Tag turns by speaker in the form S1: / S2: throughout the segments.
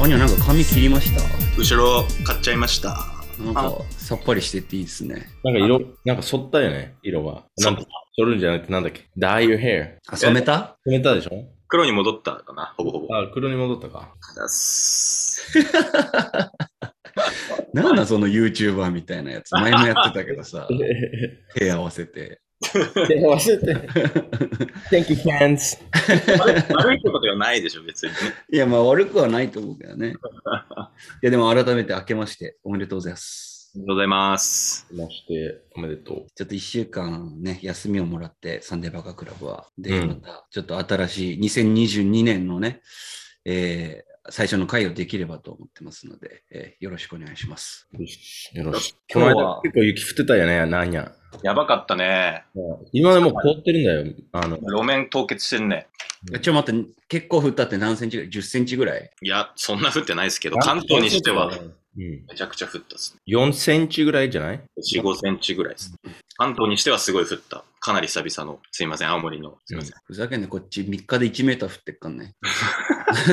S1: アニャなんか髪切りました
S2: 後ろ買っちゃいました。
S1: なんかさっぱりしてていいですね
S3: なんか色、なんか剃ったよね、色は。
S2: そ
S3: な
S2: うん
S3: か剃るんじゃなくてなんだっけ ?dye your hair。
S1: あ染めた
S3: 染めたでしょ
S2: 黒に戻ったかな、ほぼほぼ。
S3: あ、黒に戻った か。
S2: だっす
S1: なんだその YouTuber みたいなやつ前もやってたけど さ手合わせて
S3: 忘れて。Thank you, fans.
S2: 悪い悪いことではないでしょ、別にね。
S1: いやまあ悪くはないと思うけど ねいやでも改めて明けましておめでとうございます
S2: ありがとうございます。
S3: まして、おめでとう。
S1: ちょっと1週間ね、休みをもらって、サンデーバカクラブは。で、
S3: うん
S1: また、ちょっと新しい2022年のね、えー最初の回をできればと思ってますので、えーよろしくお願いします。
S3: よし。よろしく。こ
S1: 今
S3: の
S1: 日は
S3: 間結構雪降ってたよね、なんや。
S2: やばかったね。
S3: 今でもう凍ってるんだよ。あの、
S2: 路面凍結してんね。
S1: えちょ、待って、結構降ったって何センチぐらい ?10 センチぐらい
S2: いや、そんな降ってないですけど、関東にしては
S3: うん。
S2: めちゃくちゃ降ったっすね。
S3: 4センチぐらいじゃない
S2: 4、5センチぐらいです。関東にしてはすごい降った。かなり久々の、すいません、青森の、すいません。
S1: ふざけんな、こっち3日で1メーター降ってっかん ね。昨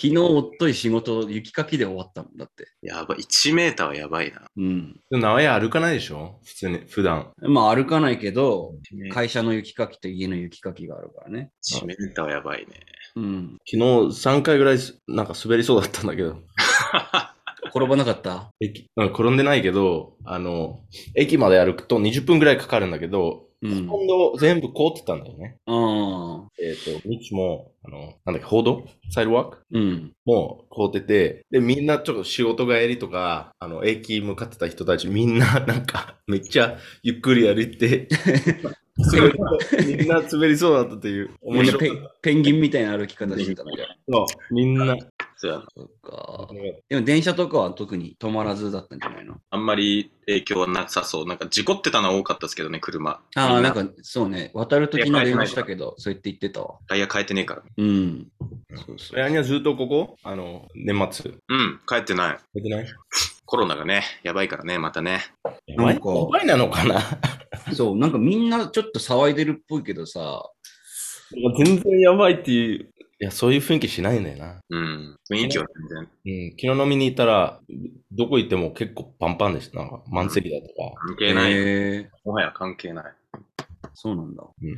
S1: 日、おっとい仕事、雪かきで終わったもんだって。
S2: やばい、1メーターはやばいな。
S1: うん。
S3: でも名古屋歩かないでしょ普通に、普段。
S1: まあ、歩かないけど、
S2: 1
S1: 会社の雪かきと家の雪かきがあるからね。
S2: メーターはやばいね。
S1: うん。
S3: 昨日3回ぐらいすなんか滑りそうだったんだけど。
S1: 転ばなかった
S3: 駅うん転んでないけど、あの、駅まで歩くと20分ぐらいかかるんだけど、
S1: うん。
S3: 今度全部凍ってたんだよね。
S1: ああ。
S3: えっ、と、道も、あの、なんだっけ、歩道サイドワーク
S1: うん。
S3: もう凍ってて、で、みんなちょっと仕事帰りとか、あの、駅向かってた人たちみんな、なんか、めっちゃゆっくり歩いて、 滑りそうみんな滑りそうだったという。
S1: み
S3: 面
S1: んな
S3: 白
S1: ペ
S3: かっ
S1: ンペンギンみたいな歩き方してたみたいな。
S3: た。みんな。
S2: そうやな
S1: そっか。でも電車とかは特に止まらずだったんじゃないの
S2: あんまり影響はなさそう。なんか事故ってたのは多かったですけどね、車。
S1: ああ、
S2: み
S1: なん
S2: な
S1: かそうね。渡る時の電話したけど、そう言って言ってたわ。
S2: タイヤ変えてねえから。
S1: うん。そうそ
S3: え、アニはずっとここあの、年末。
S2: うん、変えてない。
S3: 出てない
S2: コロナがね、やばいからね、またね。
S3: お前
S1: なんか
S3: お前なのかな
S1: う。そう、なんかみんなちょっと騒いでるっぽいけどさ、
S3: 全然やばいっていう。いや、そういう雰囲気しないんだよな。
S2: うん、雰囲気は全然。
S3: うん、昨日飲みに行ったら、どこ行っても結構パンパンでした。なんか満席だとか。
S2: 関係ない。
S1: へえ
S2: もはや関係ない。
S1: そうなんだ。
S3: うん。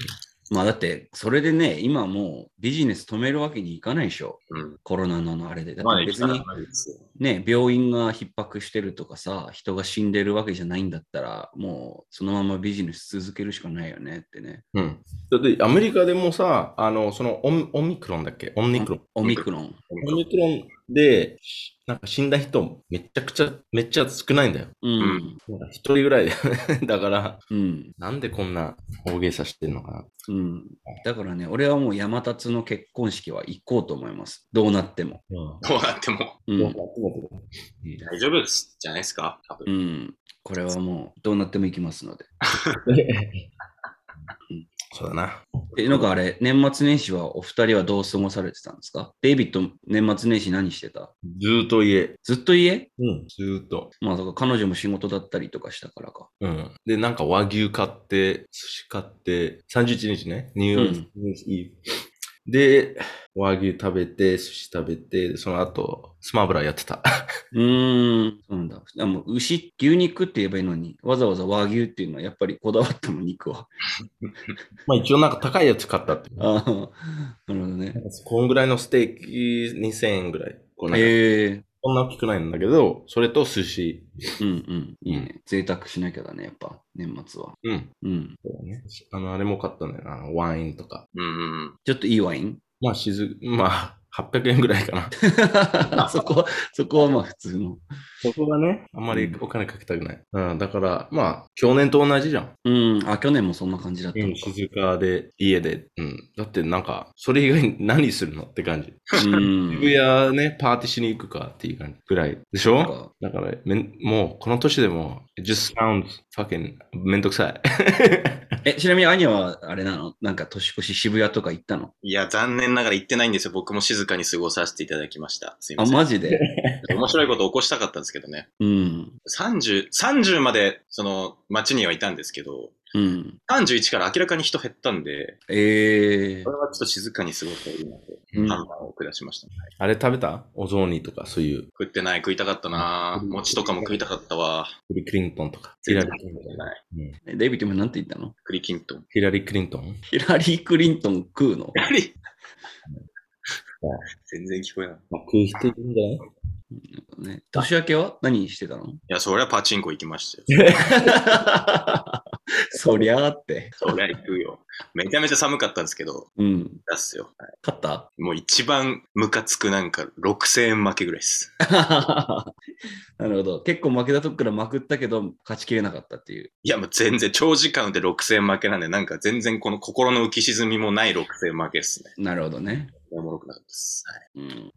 S1: まあだって、それでね、今もうビジネス止めるわけにいかないでしょ。
S2: うん。
S1: コロナのあれで。だ
S2: ま
S1: っ
S2: あ、
S1: て
S2: 別
S1: 別に
S2: に。
S1: ね、病院が逼迫してるとかさ、人が死んでるわけじゃないんだったら、もうそのままビジネス続けるしかないよねってね。
S3: うん。だってアメリカでもさ、あの、そのオミオミクロンだっけオミクロン。
S1: オミクロン。
S3: オミクロンで、なんか死んだ人めちゃくちゃ、めっちゃ少ないんだよ。
S1: うん。
S3: 一人ぐらいだよね だから、
S1: うん。
S3: なんでこんな大げさしてんのかな。
S1: うん。だからね、俺はもう山立の結婚式は行こうと思います。どうなっても。
S3: うん
S2: どうなっても
S1: う。
S3: どうなんっても
S2: 大丈夫ですじゃないですか、多
S1: う
S2: 分。
S1: ん、これはもうどうなっても行きますので。ん
S3: そうだな。
S1: え、なんかあれ、年末年始はお二人はどう過ごされてたんですかデイビッド、年末年始何してた
S3: ずーっと家。
S1: ずっと家
S3: うん。ずーっと。
S1: まあ、だから彼女も仕事だったりとかしたからか。
S3: うん。で、なんか和牛買って、寿司買って、31日ね、ニューヨーク、ニューイーブで、和牛食べて、寿司食べて、その後、スマブラやってた。
S1: うーん、そうなんだ。あもう牛、牛肉って言えばいいのに、わざわざ和牛っていうのはやっぱりこだわったの、肉は。
S3: まあ一応なんか高いやつ買ったって。
S1: ああ、なるほどね。
S3: こんぐらいのステーキ2000円ぐらい。こうなんか
S1: へえ
S3: そんな大きくないんだけど、それと寿司。
S1: うんうん。いいね。贅沢しなきゃだね、やっぱ、年末は。
S3: うん。
S1: うん。
S3: そうだね。あの、あれも買ったんだよな。あのワインとか。
S2: うんうん。
S1: ちょっといいワイン
S3: まあ、しず、まあ、800円ぐらいかな。
S1: そこは、そこはまあ普通の。
S3: そこがね、あんまりお金かけたくない。うん、だから、まあ、去年と同じじゃん。
S1: うん。あ、去年もそんな感じだった
S3: う
S1: の
S3: ん、
S1: か。
S3: 静かで、家で。うん。だってなんか、それ以外に何するのって感じ。
S1: うん。
S3: 渋谷ね、パーティーしに行くかっていう感じぐらい。でし
S1: なん
S3: ょ
S1: か
S3: だからめん、もう、この年でも、it just sounds fucking めんどく さい。
S1: え、ちなみにアニャはあれなのなんか年越し渋谷とか行ったの
S2: いや、残念ながら行ってないんですよ。僕も静かに過ごさせていただきました。すい
S1: あ、
S2: ません。
S1: マジで
S2: 面白いこと起こしたかったんですけどね。
S1: うん。
S2: 30、30まで、その、街にはいたんですけど、
S1: うん。
S2: 31から明らかに人減ったんで、
S1: ええ
S2: これはちょっと静かに過ごしたいなと
S1: うん
S2: 判断を下しました、はい
S3: あれ食べたお雑煮とか、そういう、
S2: 食ってない、食いたかったな餅とかも食いたかったわ。
S3: ヒラリー・クリントンとか。ヒ
S2: 全
S3: ラ
S2: 然
S3: リー・
S2: 食べてない。
S1: デイビッド今なんて言ったの
S2: 栗きんとん。
S3: ヒラリークリントン
S1: ヒラリー・クリントン食うの
S2: やはり全然聞こえない。い
S3: まあ、食う人いるんじゃない
S1: ね、年明けは何してたの
S2: や、そりゃパチンコ行きましたよ。
S1: そりゃあって。
S2: そりゃ行くよ。めちゃめちゃ寒かったんですけど、
S1: うん。
S2: 出すよ。は
S1: 勝った
S2: いもう一番ムカつくなんか6000円負けぐらいです。
S1: なるほど。結構負けたとこからまくったけど、勝ちきれなかったっていう。
S2: いや、もう全然長時間で6000円負けなんで、なんか全然この心の浮き沈みもない6000円負けですね。
S1: なるほどね。
S2: おもろくなかったです。は
S1: うん。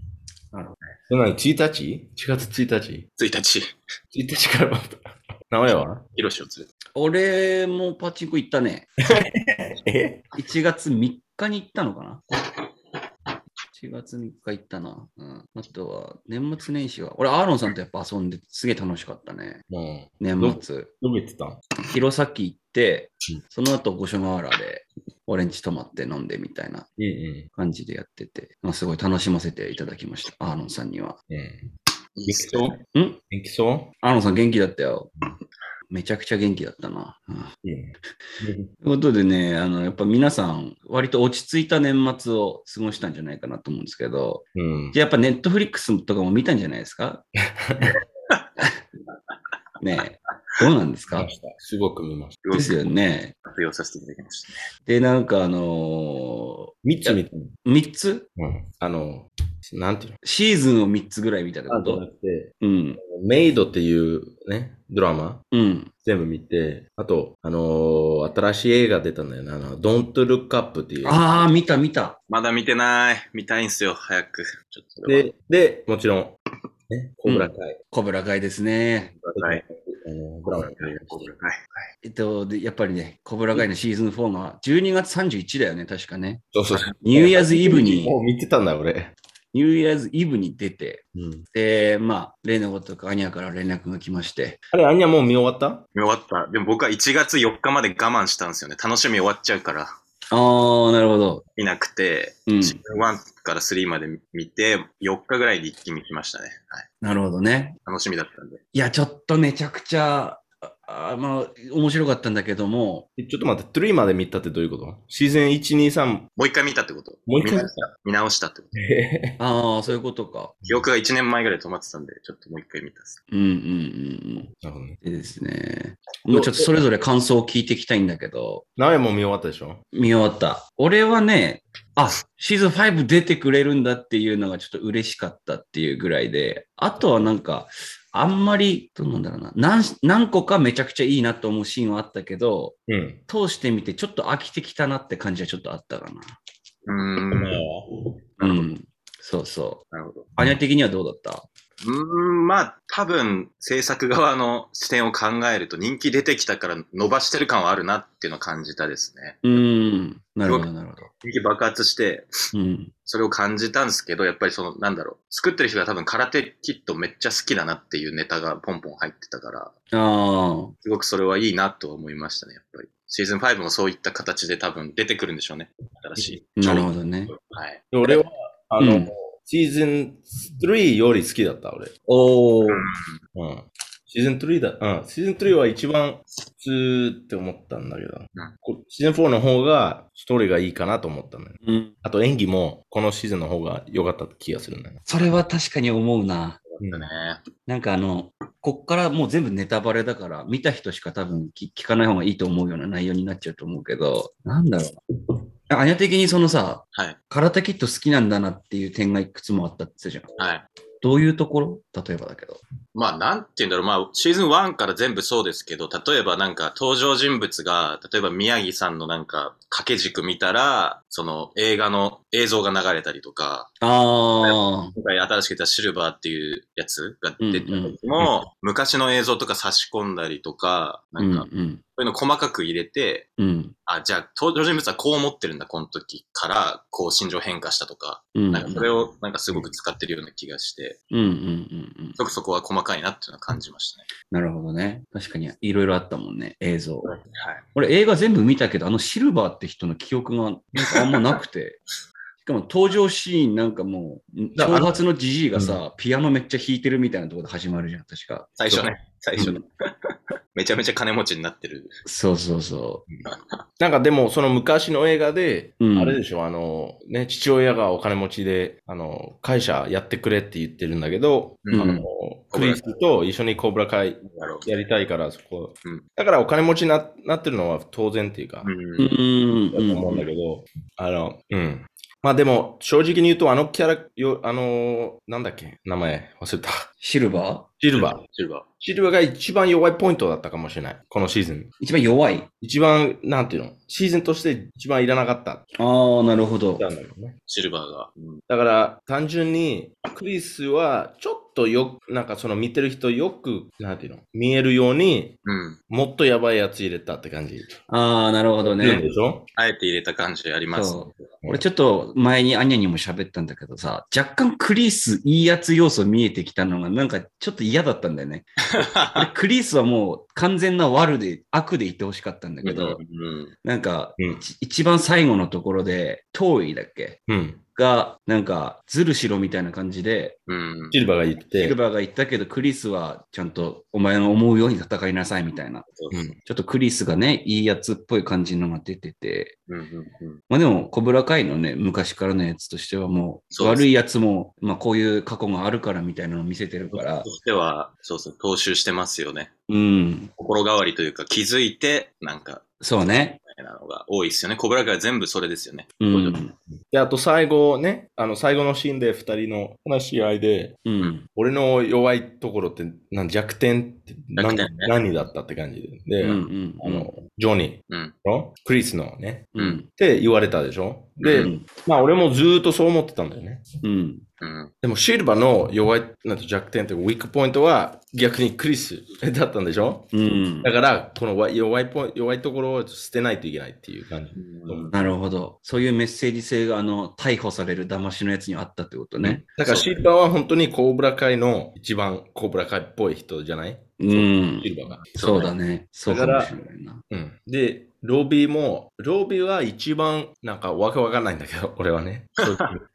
S3: それなに ?1 日 ?4 月1日
S2: い、1日、
S3: ?1 日からまた。 名前は
S2: ヒロシを連れて。
S1: 俺もパチンコ行ったね。
S3: え
S1: 1月3日に行ったのかな ?1 月3日行ったな。うん。あとは、年末年始は、俺、アーロンさんとやっぱ遊んで、すげえ楽しかったね。
S3: うん。
S1: 年末。
S3: どこ行ってたん
S1: 弘前行って
S3: うん、
S1: その後、五所川原で、オレンジ泊まって飲んでみたいな
S3: うんう
S1: 感じでやってて、まあ、すごい楽しませていただきました。アーロンさんには。
S3: ん。うん。元気そうん元気そ
S1: アーロンさん元気だったよ。めちゃくちゃ元気だったな。うん
S3: ううん。
S1: ということでね、あの、やっぱ皆さん、割と落ち着いた年末を過ごしたんじゃないかなと思うんですけど、
S3: うん。
S1: じゃあやっぱネットフリックスとかも見たんじゃないです かねえ、どうなんです
S3: 見
S1: か
S3: ましたすごく見ました。
S2: すご
S1: です
S2: く
S1: よね。
S2: 活用させていただきました。
S1: で、なんかあの
S3: 3つ見た。う
S1: ー、3つ
S3: ん。あの、なんていう
S1: シーズンを3つぐらい見たって
S3: の
S1: こ
S3: あ、じゃ
S1: と
S3: なくて、
S1: うん。
S3: メイドっていうね、ドラマ
S1: うん。
S3: 全部見て、あと、あのー新しい映画出たんだよな、あの、Don't Look Up っていう。
S1: ああ、見た見た。
S2: まだ見てない。見たいんすよ、早く。ちょっとそれは
S3: で、で、もちろん、ね、コブラ会。
S1: コブラ会ですね。
S2: はい
S3: あの
S2: コ
S3: ド
S2: ブ
S3: ラ
S2: ラ
S3: マ
S2: 会
S3: に関して
S1: えっと、でやっぱりね、コブラ会のシーズン4が12月31だよね、確かね。
S3: そうそうそう。
S1: ニューイヤーズイブに、
S3: もう見てたんだ、俺。
S1: ニューイヤーズイブに出て、
S3: うん。
S1: で、まあ、例のごとくアニャから連絡が来まして、
S3: あれ、アニャもう見終わった
S2: 見終わった。でも僕は1月4日まで我慢したんですよね。楽しみ終わっちゃうから。
S1: ああ、なるほど。
S2: いなくて、
S1: うん。
S2: 1から3まで見て、4日ぐらいで一気に来ましたね。はい。
S1: なるほどね。
S2: 楽しみだったんで。
S1: いや、ちょっとめちゃくちゃ、ああまあ、面白かったんだけども、
S3: えちょっと待って、3まで見たってどういうことシーズン1、2、3、
S2: もう一回見たってこと
S3: もう一回見
S2: 見
S3: た
S2: 直した見直したってこと
S3: え
S1: ああ、そういうことか。
S2: 記憶が1年前ぐらいで止まってたんで、ちょっともう一回見たっす。
S1: うんうんうんうん。
S3: ーなるほどね。
S1: でですね。もうちょっとそれぞれ感想を聞いていきたいんだけど、
S3: ナオヤも見終わったでしょ
S1: 見終わった。俺はね、あ、シーズン5出てくれるんだっていうのがちょっと嬉しかったっていうぐらいで、あとはなんか、あんまり、どうなんだろうな、何、何個かめちゃくちゃいいなと思うシーンはあったけど、
S3: うん。
S1: 通してみてちょっと飽きてきたなって感じはちょっとあったか
S2: うーん。
S3: ナオヤは
S1: な。うん。そうそ
S2: なるほど。
S1: う。アニャ的にはどうだった
S2: うーん、まあ、多分、制作側の視点を考えると、人気出てきたから伸ばしてる感はあるなっていうのを感じたですね。
S1: うーん。なるほど、なるほ
S2: 人気爆発して、
S1: ど。うん。
S2: それを感じたんですけど、やっぱりその、なんだろう、作ってる人が多分空手キットめっちゃ好きだなっていうネタがポンポン入ってたから、
S1: ああ。
S2: すごくそれはいいなとは思いましたね、やっぱり。シーズン5もそういった形で多分出てくるんでしょうね、新しい。
S1: なるほどね。
S2: はい。
S3: で俺は、あの、
S1: うん
S3: シーズン3より好きだった、俺。
S1: おー。
S3: うん。シーズン3だ。うん。シーズン3は一番普通って思ったんだけど。こシーズン4の方がストーリーがいいかなと思ったんだよね。
S1: うん。
S3: あと演技もこのシーズンの方が良かった気がするんだよね。
S1: それは確かに思うな。
S3: うん
S2: ね。
S1: なんかあの、こっからもう全部ネタバレだから、見た人しか多分聞聞かない方がいいと思うような内容になっちゃうと思うけど、なんだろう。あや的にそのさ、
S2: はい。
S1: 空手キット好きなんだなっていう点がいくつもあったって言ってたじゃん。
S2: はい。
S1: どういうところ例えばだけど。
S2: まあ、なんて言うんだろう。まあ、シーズン1から全部そうですけど、例えばなんか登場人物が、例えば宮城さんのなんか掛け軸見たら、その映画の映像が流れたりとか、
S1: あ
S2: 今回新しく出たシルバーっていうやつが出てた
S1: うんうん
S2: 時も、昔の映像とか差し込んだりとか、
S1: あ、う
S2: な
S1: んん
S2: か、そう
S1: うん。
S2: いうの細かく入れて、
S1: うん。
S2: あ、じゃあ登場人物はこう思ってるんだ、この時から、こう心情変化したとか、
S1: うん。
S2: なんかそれをなんかすごく使ってるような気がして、
S1: うんうんうんうん。
S2: よくそこは細かいなっていうのは感じましたね。
S1: なるほどね。確かに、いろいろあったもんね、映像。
S2: はい。
S1: 俺映画全部見たけど、あのシルバーって人の記憶がなんかあんまなく て。しかも登場シーンなんかもう、
S3: だから
S1: 挑発のじじいがさ、ピアノめっちゃ弾いてるみたいなところで始まるじゃん、確か。
S2: 最初ね。最初
S1: う
S2: ね。
S1: ん
S2: めちゃめちゃ金持ちになってる。
S1: そうそうそ
S3: なんかでも、その昔の映画で、
S1: う。うん、
S3: あれでしょ、あの、ね、父親がお金持ちで、あの、会社やってくれって言ってるんだけど、
S1: うん
S3: あの、クリスと一緒にコブラ会
S2: だろ
S3: やりたいから、そこ
S2: うん。
S3: だからお金持ちにななってるのは当然っていうか、
S2: う。
S1: う
S2: うん。
S1: ん。
S3: だと思うんだけど、あの、うん。まあでも、正直に言うと、あのキャラ、よあの、なんだっけ、名前忘れた。
S1: シルバー
S3: シルバー。
S2: シルバ
S3: シルバーが一番弱いポイントだったかもしれない。このシーズン。
S1: 一番弱い。
S3: 一番、なんていうのシーズンとして一番いらなかった。
S1: ああ、なるほど。
S3: なんだろうね。
S2: ー。シルバーが。うん
S3: だから、単純に、クリスは、ちょっとよく、なんかその見てる人よく、なんていうの見えるように、
S2: うん。
S3: もっとやばいやつ入れたって感じ。
S1: ああ、なるほど
S3: いるん
S1: ね
S3: で。しょ
S2: あえて入れた感じありますね。
S1: そう俺ちょっと前にアニャにも喋ったんだけどさ、若干クリスいいやつ要素見えてきたのがなんかちょっと嫌だったんだよね。あれクリスはもう完全な悪で、悪で言ってほしかったんだけど、
S2: うん
S1: なんか、
S3: うん
S1: い一番最後のところで、遠いだっけ
S3: うん。
S1: が、なんか、ずるしろみたいな感じで、
S2: うん。
S3: シルバーが言っ
S1: シ
S3: て
S1: ル、バーが言ったけど、クリスはちゃんとお前の思うように戦いなさいみたいな。
S3: うん。
S1: ちょっとクリスがね、いいやつっぽい感じのが出てて、
S2: うんうんうん
S1: まあでも、コブラ会のね、昔からのやつとしてはもう、
S2: そうです
S1: 悪いやつも、まあこういう過去があるからみたいなのを見せてるから
S2: と、しては、そうそう、踏襲してますよね。
S1: うん、
S2: 心変わりというか、気づいて、なんか、
S1: そうね。
S2: みたいなのが多いですよね。コブラ会は全部それですよね。
S1: うん、
S3: で、あと最後ね、あの、最後のシーンで二人の話し合いで、
S1: うん、
S3: 俺の弱いところって、なん弱点って何
S2: 弱点ね
S3: 何だったって感じで、
S1: うん、うん、
S3: で、あの、ジョニ
S2: うん。
S3: ーの、クリスのね、
S1: う、
S2: うん
S3: って言われたでしょで、
S1: うん、
S3: まあ俺もずーっとそう思ってたんだよね。
S1: うん、
S2: うん。
S3: でもシルバーの弱い、なんて弱点っていうかウィークポイントは逆にクリスだったんでしょ
S1: うん
S3: だ。から、このわ弱いポイ弱いところを捨てないといけないっていう感じ。
S2: うん
S1: なるほど。そういうメッセージ性が、あの、逮捕される騙しのやつにあったってことね。
S3: だからシルバーは本当にコーブラ界の一番コーブラ界っぽい人じゃない
S1: うん
S3: シ。ルバーが。
S1: そうだね。そうかもしれないな。
S3: うん。で、ロビーも、ロビーは一番なんかわけわかんないんだけど、 俺はね。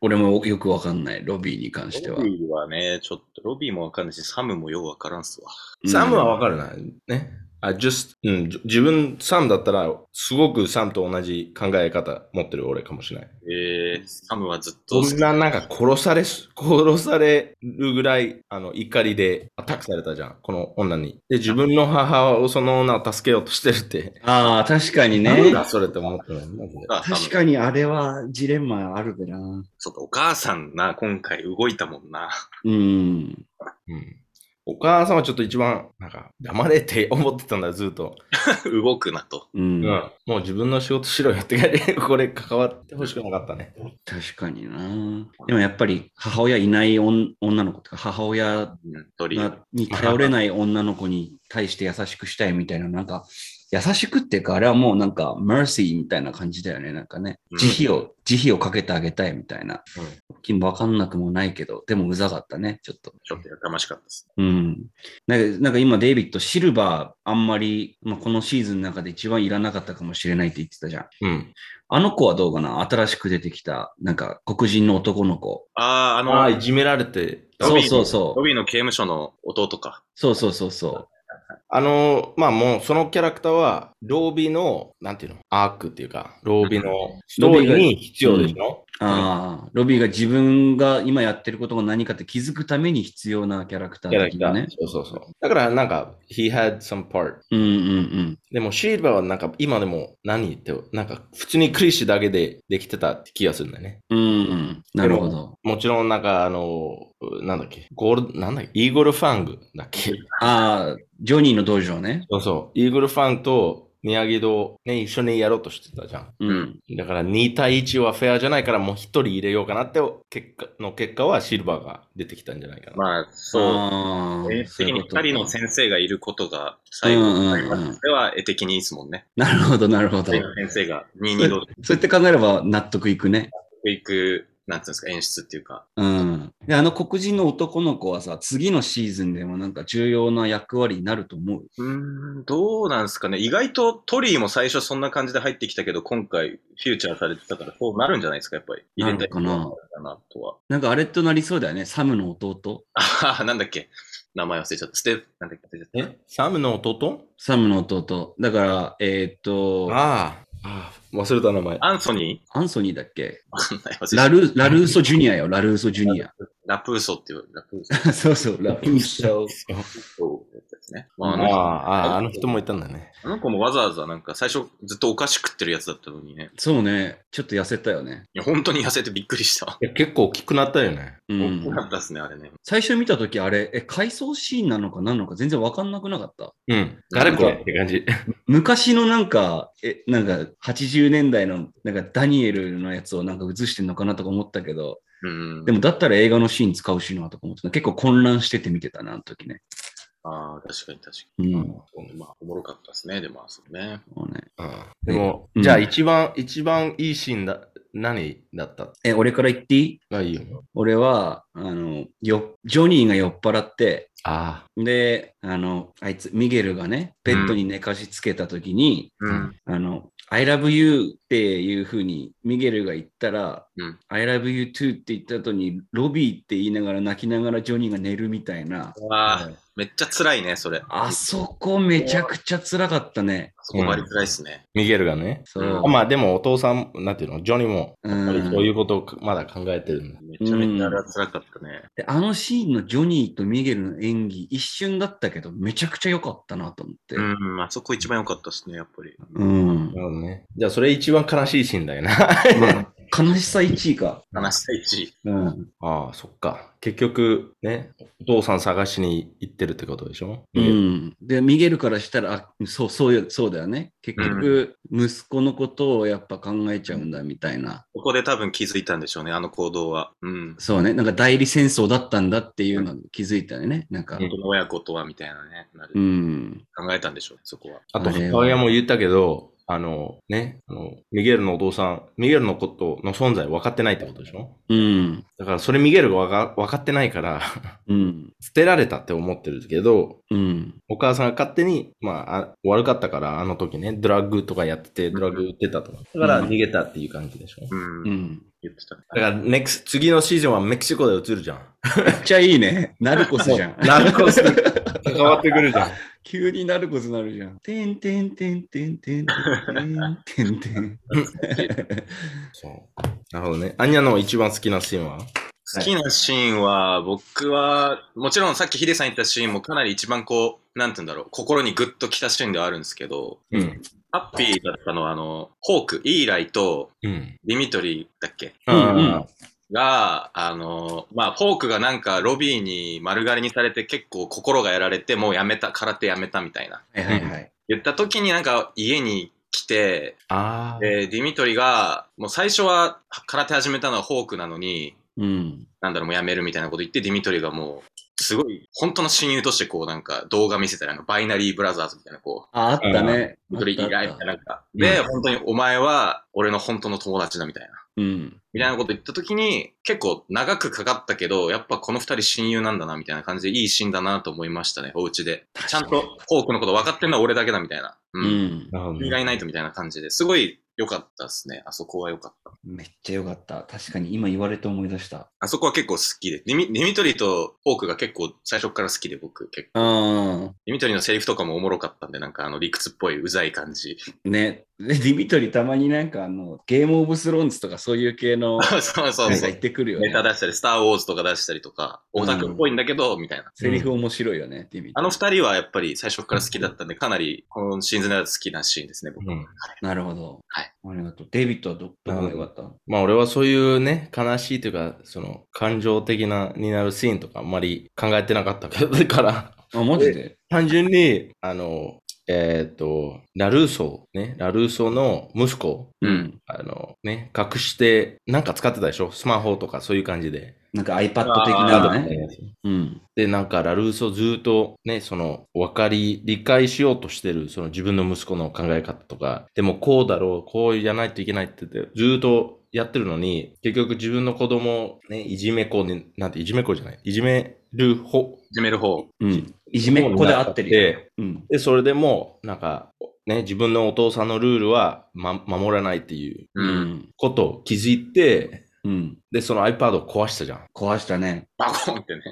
S1: 俺もよくわかんない。ロビーに関しては
S2: ロ。ビーはね、ちょっと、ロビーもわかんないし、サムもようわからんっすわ。
S3: サムはわ
S1: か
S3: かるな。ね。あ、just、うん、じ自分、サムだったら、すごくサムと同じ考え方持ってる俺かもしれない。
S2: えー、サムはずっ
S3: そ
S2: と、
S3: んな、なんか殺されす、 殺されるぐらい、あの、怒りでアタックされたじゃん、この女に。で、自分の母をその女を助けようとしてるって。
S1: ああ、確かに
S3: なん
S1: ね。
S3: だそれって思ったのマジで
S2: あサム
S1: 確かにあれはジレンマあるべな。
S2: そうか、お母さんな、今回動いたもんな。
S1: うん。
S3: うん。お母さんはちょっと一番、なんか、黙れって 思ってたんだよ、ずっと。
S2: 動くなと。
S1: う。
S3: うんん。もう自分の仕事しろよって感じで、 これ関わってほしくなかったね。
S1: 確かにな。でもやっぱり母親いない女女の子とか、母親
S2: うん、鳥。
S1: がに頼れない女の子に対して優しくしたいみたいな、なんか、優しくっていうか、あれはもうなんか、マーシーみたいな感じだよね。なんかね、
S2: うん
S1: 慈悲を、慈悲をかけてあげたいみたいな。気もわかんなくもないけど、でもうざかったね、ちょっと。
S2: ちょっとやかましかったです。
S1: うん。なんか、なんか今、デイビッド、シルバー、あんまり、まあ、このシーズンの中で一番いらなかったかもしれないって言ってたじゃん。
S3: うん。
S1: あの子はどうかな新しく出てきた、なんか、黒人の男の子。
S2: ああ、あの、
S3: ああ、いじめられてた
S1: そうそう
S2: ロ
S1: そう。
S2: ビーの刑務所の弟か。
S1: そうそうそうそ
S3: あの、まあもうそのキャラクターは、ロービーの、なんていうのアークっていうか、ロービーのストーリーに必要でしょ、
S1: う。ああ、ロビーが自分が今やってることが何かって気づくために必要なキャラクタ
S3: キャ
S1: ー
S3: ラ
S1: 的
S3: クタ
S1: なね。
S3: ーそうそうそう。だからなんか、he had some part.
S1: うんうん
S3: でもシルバーはなんか今でも何言って、なんか普通にクリッシュだけでできてたって気がするんだよね。
S1: うん。うん、うん。なるほど。
S3: もちろんなんかあの、なんだっけ、ゴール、なんだっけ、イーグルファングだっけ。
S1: ああ、ジョニーの道場ね。
S3: そうそう。イーグルファングと宮城堂ね、一緒にやろうとしてたじゃん。
S1: うん。
S3: だから2対1はフェアじゃないからもう1人入れようかなって結果の結果はシルバーが出てきたんじゃないかな。
S2: まあ、そう。
S1: ああ
S2: 絵
S1: そう
S2: 的
S1: い
S2: に
S1: う
S2: 二
S1: ことか
S2: 人の先生がいることが最後
S1: うんうんうん
S2: ありますそれは絵的にいいですもんね。
S1: なるほど、なるほど
S2: 二。人の先生が2、2
S1: そ
S2: 度
S1: うやって考えれば納得いくね。
S2: いくなんていうんですか、演出っていうか。
S1: うん。で、あの黒人の男の子はさ、次のシーズンでもなんか重要な役割になると思う。
S2: うーん、どうなんですかね。意外とトリーも最初そんな感じで入ってきたけど、今回フューチャーされてたから、そうなるんじゃないですか、やっぱり。
S1: なるのかな
S2: 入れたいことあるかなとは。
S1: なんかあれとなりそうだよね。サムの弟。
S2: あははなんだっけ。名前忘れちゃった。ステなんだっけ忘れちゃった。
S3: えサムの弟
S1: サムの弟。だから、えーっと、
S3: ああ。ああ、忘れた名前。
S2: アンソ ニ
S1: アンソニーだっけ
S2: ーわかんない。忘れちゃ
S1: ラ
S2: った
S1: ルーラルーソジュニアよ、ラルーソジュニア。
S2: ラプーソっていう、ラプーソ。
S1: そうそう、ラプーソ。
S2: そうですね。ま
S3: あ
S2: あ、あ
S3: あ
S2: の人
S3: ああ、の人もいたんだね。
S2: あの子もわざわざなんか最初ずっとお菓子食ってるやつだったのにね。
S1: そうね、ちょっと痩せたよね。
S2: いや、本当に痩せてびっくりした。
S3: いや結構大きくなったよね。
S1: う
S2: 大きか
S1: ん、
S2: ったですね、あれね。
S1: 最初見たとき、あれ、え、回想シーンなのか何なのか全然わかんなくなかった。
S3: うん。誰これって感じ。
S1: 昔のなんか、え、なんか80年代のなんかダニエルのやつをなんか映してんのかなとか思ったけど、
S2: うん。
S1: でもだったら映画のシーン使うしなとか思ってた。結構混乱してて見てたな、あの時ね。
S2: ああ、確かに確か
S1: うん。
S2: に。まあ、おもろかったですね、でも、あそうね。
S1: そうね
S3: うんでも、
S1: うん
S3: じゃあ一番、一番いいシーンだ、何だった
S1: え、俺から言っていい
S3: がいいよ。
S1: 俺は、あの、よ、ジョニーが酔っ払って、
S3: あ
S1: で、あの、あいつ、ミゲルがね、ベッドに寝かしつけたときに、
S2: うん。
S1: あの、I love you っていうふうに、ミゲルが言ったら、
S2: うん
S1: I love you too って言った後に、ロビーって言いながら泣きながらジョニーが寝るみたいな、
S2: ああ、めっちゃ辛いね、それ。
S1: あそこめちゃくちゃ辛かったね。
S2: そこまで辛いっすね。
S3: ミゲルがね。
S1: そう。
S3: まあでもお父さん、なんていうの、ジョニーも、
S1: う
S3: やっぱり
S1: ん
S3: そういうことをまだ考えてるんだ。
S2: めちゃめちゃあれは辛かったね。
S1: であのシーンのジョニーとミゲルの演技、一瞬だったけど、めちゃくちゃ良かったなと思って。
S2: うん、あそこ一番良かったですね、やっぱり。
S1: うん。
S3: なるほどね。じゃあそれ一番悲しいシーンだよな。
S1: まあ、悲しさ1位か。
S2: 話したいし。
S1: うん。
S3: ああ、そっか。結局、ね、お父さん探しに行ってるってことでしょ
S1: うん、で、ミゲルからしたら、あそう、そうよ、そうだよね。結局、息子のことをやっぱ考えちゃうんだみたいな。
S2: ここで多分気づいたんでしょうね、あの行動は。うん。
S1: そうね。なんか代理戦争だったんだっていうのを気づいたよね。なんか、
S3: うん
S2: この親子とは、みたいなね、な
S1: う
S2: る
S1: ん。
S2: 考えたんでしょうね、そこは。
S3: あと、
S1: あれは
S3: 母親も言ったけど、あの、ね、あの、ミゲルのお父さん、ミゲルのことの存在分かってないってことでしょ
S1: うん。
S3: だから、それミゲルが分か分かってないから、
S1: うん。
S3: 捨てられたって思ってるけど、
S1: うん。
S3: お母さんが勝手に、まあ、あ悪かったから、あの時ね、ドラッグとかやってて、ドラッグ売ってたとか。だから、
S1: うん
S3: 逃げたっていう感じでしょ。
S2: うん。
S1: うん。
S2: 言ってたね。
S3: だから、ネクス、次のシーズンはメキシコで移るじゃん。
S1: めっちゃいいね。ナルコスじゃん。
S3: ラブコースに関わってくるじゃん。
S1: 急にナルコスなるじゃん。てんてんてんてんてんてんてんてん。
S3: そう。なるほどね。アニャの一番好きなシーンは
S2: 好きなシーンは、僕は、もちろんさっきヒデさん言ったシーンもかなり一番こう、なんて言うんだろう、心にグッときたシーンではあるんですけど、
S3: うん。
S2: ハッピーだったのは、あの、ホーク、イーライと
S3: うん。
S2: ディミトリーだっけ
S1: うん
S2: が、あの、まあ、ホークがなんかロビーに丸刈りにされて結構心がやられて、もうやめた、空手やめたみたいな。
S1: はいはいはい。
S2: 言った時になんか家に来て、
S3: ああ。
S2: で、ディミトリが、もう最初は空手始めたのはホークなのに、
S1: うん。
S2: なんだろう、もうやめるみたいなこと言って、ディミトリがもう、すごい、本当の親友としてこう、なんか動画見せたら、あのバイナリーブラザーズみたいな、こう、
S1: あ、あったね。
S2: ディミトリ以
S1: あっ
S2: 来
S1: た
S2: みたい
S1: あっ
S2: な、なんか、
S3: ん
S2: で、本当にお前は俺の本当の友達だみたいな、
S1: たうん。
S2: みたいなこと言った時に、結構長くかかったけど、やっぱこの二人親友なんだな、みたいな感じで、いいシーンだなと思いましたね、お家で。ちゃんと、ホークのこと分かってんのは俺だけだ、みたいな。う。
S1: うんん。
S3: なるほど
S2: 君
S3: ね
S2: がいないとみたいな感じですごい良かったですね。あそこは良かった。
S1: めっちゃ良かった。確かに今言われて思い出した。
S2: あそこは結構好きで。ディミディミトリとホークが結構最初から好きで僕結構
S1: ああ。
S2: ディミトリのセリフとかもおもろかったんで、なんかあの理屈っぽいうざい感じ。
S1: ね。で、ディミトリたまになんかあの、ゲームオブスローンズとかそういう系の、
S2: そうそうそう。
S1: なんか言ってくるよ
S2: ネ
S1: ね
S2: タ。出したり、スター・ウォーズとか出したりとか、オタクっぽいんだけど、みたいな。
S1: セリフ面白いよね、ディミト
S2: あ
S1: リ
S2: の二人はやっぱり最初から好きだったんで、かなりこのシーズンでは好きなシーンですね、僕。
S3: うん。
S1: なるほど。
S2: はい。
S1: ありがとう。デイビッドはど、どこが良かった
S3: まあ俺はそういうね、悲しいというか、その感情的な、になるシーンとかあんまり考えてなかったけど、だから、
S1: あ、マジで
S3: 単純に、あの、えっ、と、ラルーソー、ね、ラルーソーの息子、
S1: うん。
S3: あの、ね、隠して、なんか使ってたでしょスマホとかそういう感じで。
S1: なんか iPad 的なのね。
S3: えー
S1: うん。
S3: で、なんか、ラルーソずっとね、その、分かり、理解しようとしてる、その自分の息子の考え方とか、でもこうだろう、こうじゃないといけないって言って、ずっとやってるのに、結局自分の子供、ね、いじめっ子に、なんていじめっ子じゃない、いじめる方、
S2: 始める方。
S1: うん。いじめっ子で合ってるよ。
S3: で、
S1: うん。
S3: でそれでも、なんか、ね、自分のお父さんのルールは、ま、守らないっていう
S1: う
S2: うん。
S1: ん。
S3: ことを気づいて、
S1: うん。
S3: で、その iPad を壊したじゃん。
S1: 壊したね。
S2: バコンってね。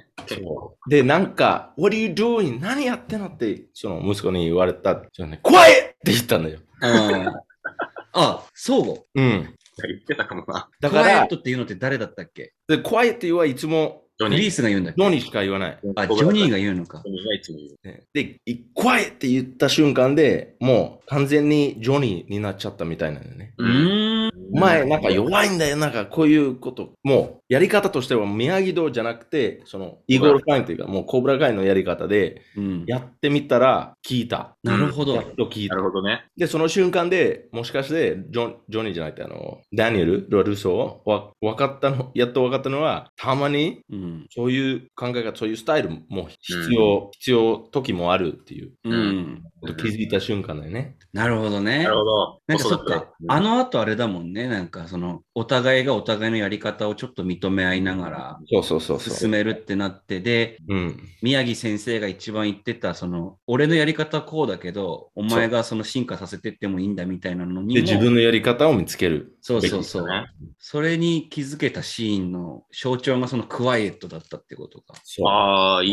S3: で、なんか、What are you doing? 何やってんのって、その息子に言われた。じゃね、怖いって言ったんだよ。
S1: うん。 あ、そう。
S3: うん。
S2: 言ってたかもな。
S3: だ
S1: ク
S3: か
S1: ワイエッ
S3: ら、
S1: トっていうのって誰だったっけ
S3: で怖いって言うはいつも、
S2: ジョ
S1: フ
S2: ニ
S1: リー
S2: ー。
S1: スが言うんだっけ
S3: ノにしか言わない。
S1: あ、ジョニー
S2: が。
S1: が言うのか
S2: ジ。ョニーがいつも言う。
S3: ねで、い怖いって言った瞬間でもう完全にジョニーになっちゃったみたいなんだよね。
S1: うーん。
S3: お前、なんか弱いんだよ。なんかこういうこと。もう、やり方としては宮城道じゃなくて、その、イーゴルファインというか、もうコブラガイのやり方で、
S1: うん。
S3: やってみたら聞いた。
S1: なるほ
S3: や
S1: ど。
S3: っと聞い
S2: な
S3: た
S2: る。ほどね。
S3: で、その瞬間で、もしかしてジョン、ジョニーじゃなくて、あの、ダニエル、ロルソー、わ、分かったの、やっと分かったのは、たまに、
S1: うん。
S3: そういう考え方、そういうスタイルも必要、必要時もあるっていう、
S1: うん。
S3: 気づいた瞬間だよね。
S1: なるほどね。
S2: なるほど。
S1: なんかそっ
S2: 子育て
S1: か、あの後あれだもんね、なんかその、お互いがお互いのやり方をちょっと認め合いながら
S3: そうそうそうそ
S1: 進
S3: う。
S1: めるってなって、で、
S3: うん。
S1: 宮城先生が一番言ってた、その、俺のやり方はこうだけど、お前がその進化させてってもいいんだみたいなのに
S3: で、
S1: も、
S3: 自分のやり方を見つける。
S1: そうそうそう、
S2: ね
S1: それに気づけたシーンの象徴がそのクワイエットだったってことか。
S3: そう。
S2: ああ、いい。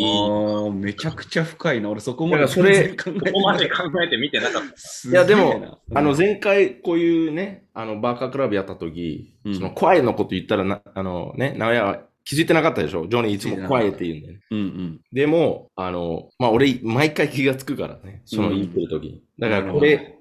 S1: あ
S2: こ
S1: あ、めちゃくちゃ深いな。俺そこま
S3: だ
S1: で
S3: からそれ
S1: 全然考えて
S2: こ
S1: な
S2: ま
S1: い
S2: で。考えて見てなかった。
S1: すげえない
S3: やでも、
S1: うん
S3: あの、前回、こういうね、あの、バーカークラブやった時、
S1: うん
S3: その、怖いのこと言ったらな、あのね、名古屋は気づいてなかったでしょジョニーいつも怖いって言うんだよね。
S1: うんうん。
S3: でも、あの、まあ、俺、毎回気がつくからね、その
S1: うん
S3: 言ってる時、だか
S1: なる
S3: ら、
S1: ほ
S3: こ
S1: ど
S3: れ、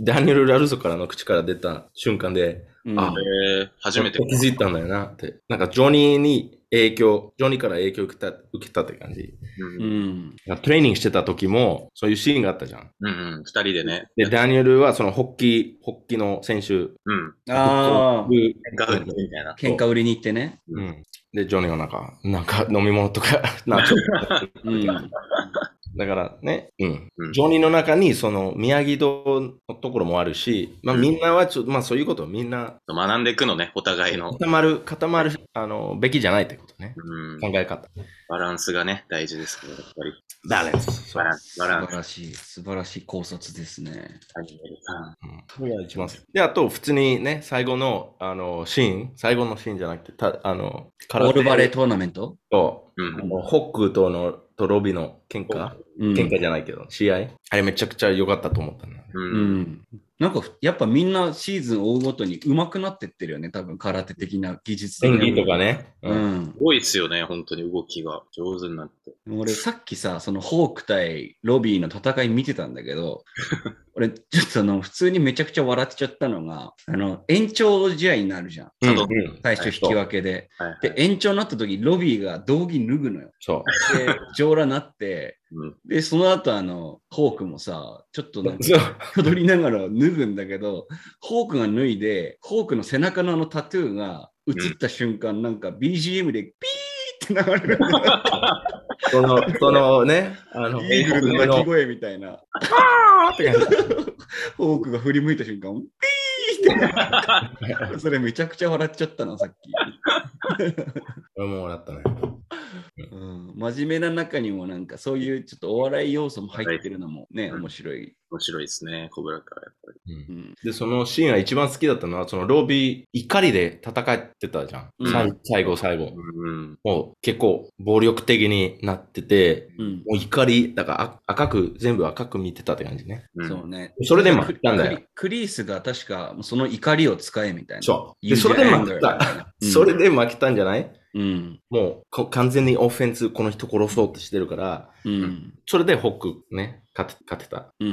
S3: ダニエル・ラルソからの口から出た瞬間で、
S1: うん
S3: あ
S2: えー、初めて。
S3: 気づいたんだよなって。なんか、ジョニーに影響、ジョニーから影響を受けた受けたって感じ。
S2: うん
S1: う
S2: うん
S1: ん。
S3: なんかトレーニングしてた時も、そういうシーンがあったじゃん。
S2: うん。二人でね。
S3: で、ダニエルは、その、ホッキー、ホッキーの選手、
S2: うん。
S1: ああ。
S2: ガウンみたいな。
S1: 喧嘩売りに行ってね。
S3: うん。で、ジョニーはなんか、なんか 飲み物とか、なんか
S1: うん。
S3: だからね、うん
S2: うん
S3: ジョニーの中にその宮城堂のところもあるし、まあ、
S2: うん
S3: みんなはちょっと、まあそういうこと、みんな
S2: 学んでいくのね、お互いの。
S3: 固まる、固まるあのべきじゃないってことね、
S2: うん
S3: 考。え方。
S2: バランスがね、大事ですけど、やっぱり。
S3: バレンス。
S2: バランス、バラ
S1: 素
S2: ン
S1: 晴らしい、素晴らしい考察ですね。
S2: ス。
S3: うんそれが一番で、あと、普通にね、最後のあのシーン、最後のシーンじゃなくて、たあの
S1: オ
S3: カ
S1: ールバレー
S3: ー
S1: トーナメント
S3: と、
S2: う
S3: あ
S2: ん。
S3: のホックとのとロビの喧嘩、
S1: うん
S3: 喧嘩じゃないけど、試合、あれめちゃくちゃ良かったと思ったんだね。
S2: う。
S1: うんん。なんか、やっぱみんなシーズンを追うごとに上手くなってってるよね、多分空手的な技術的
S3: 演
S1: な。
S3: 技とかね。
S1: う
S3: うん
S1: ん
S2: す。ごいっすよね、本当に動きが上手になって。
S1: 俺、さっきさ、そのホーク対ロビーの戦い見てたんだけ ど、俺、ちょっとあの、普通にめちゃくちゃ笑っちゃったのが、あの、延長試合になるじゃん。
S3: うん
S2: 佐藤
S3: うん
S1: 最初引き分けで。
S2: はいはい
S1: で、延長になった時、ロビーが道着脱ぐのよ。
S3: そう。
S1: で、上羅なって、
S2: うん
S1: で、その後、あの、ホークもさ、ちょっとなんか、
S3: そう
S1: 踊りながら脱ぐんだけど、ホークが脱いで、ホークの背中のあのタトゥーが映った瞬間、なんか BGM でピーって流れる。
S3: その、そのね、あの、
S1: イーグルの鳴き声みたいな。
S3: あーって感じ
S1: ホークが振り向いた瞬間、ピーって。それめちゃくちゃ笑っちゃったな、さっき。
S3: 俺も笑ったね。
S1: うん、真面目な中にもなんかそういうちょっとお笑い要素も入ってるのもね、
S2: はい
S1: 面白い。
S2: 面白いですね、小倉からやっぱり。
S1: うん。
S3: で、そのシーンが一番好きだったのは、そのロビー、怒りで戦ってたじゃん。
S1: うん
S3: さい最後、最後。
S2: うん。
S3: もう結構暴力的になってて、
S1: うん。
S3: もう怒り、だからあ赤く、全部赤く見てたって感じね。
S2: うん
S1: そうね。
S3: それでも言ったんだよ
S1: クリ。クリースが確かその怒りを使えみたいな。
S3: そう。で、
S1: Use
S3: それで
S1: your
S3: 負
S1: anger
S3: け
S1: み
S3: た。
S1: たい なうん
S3: それで負けたんじゃない
S1: うん。
S3: もうこ完全にオフェンス、この人殺そうとしてるから、
S1: うん。
S3: それでホックね、勝て勝てた
S1: うんう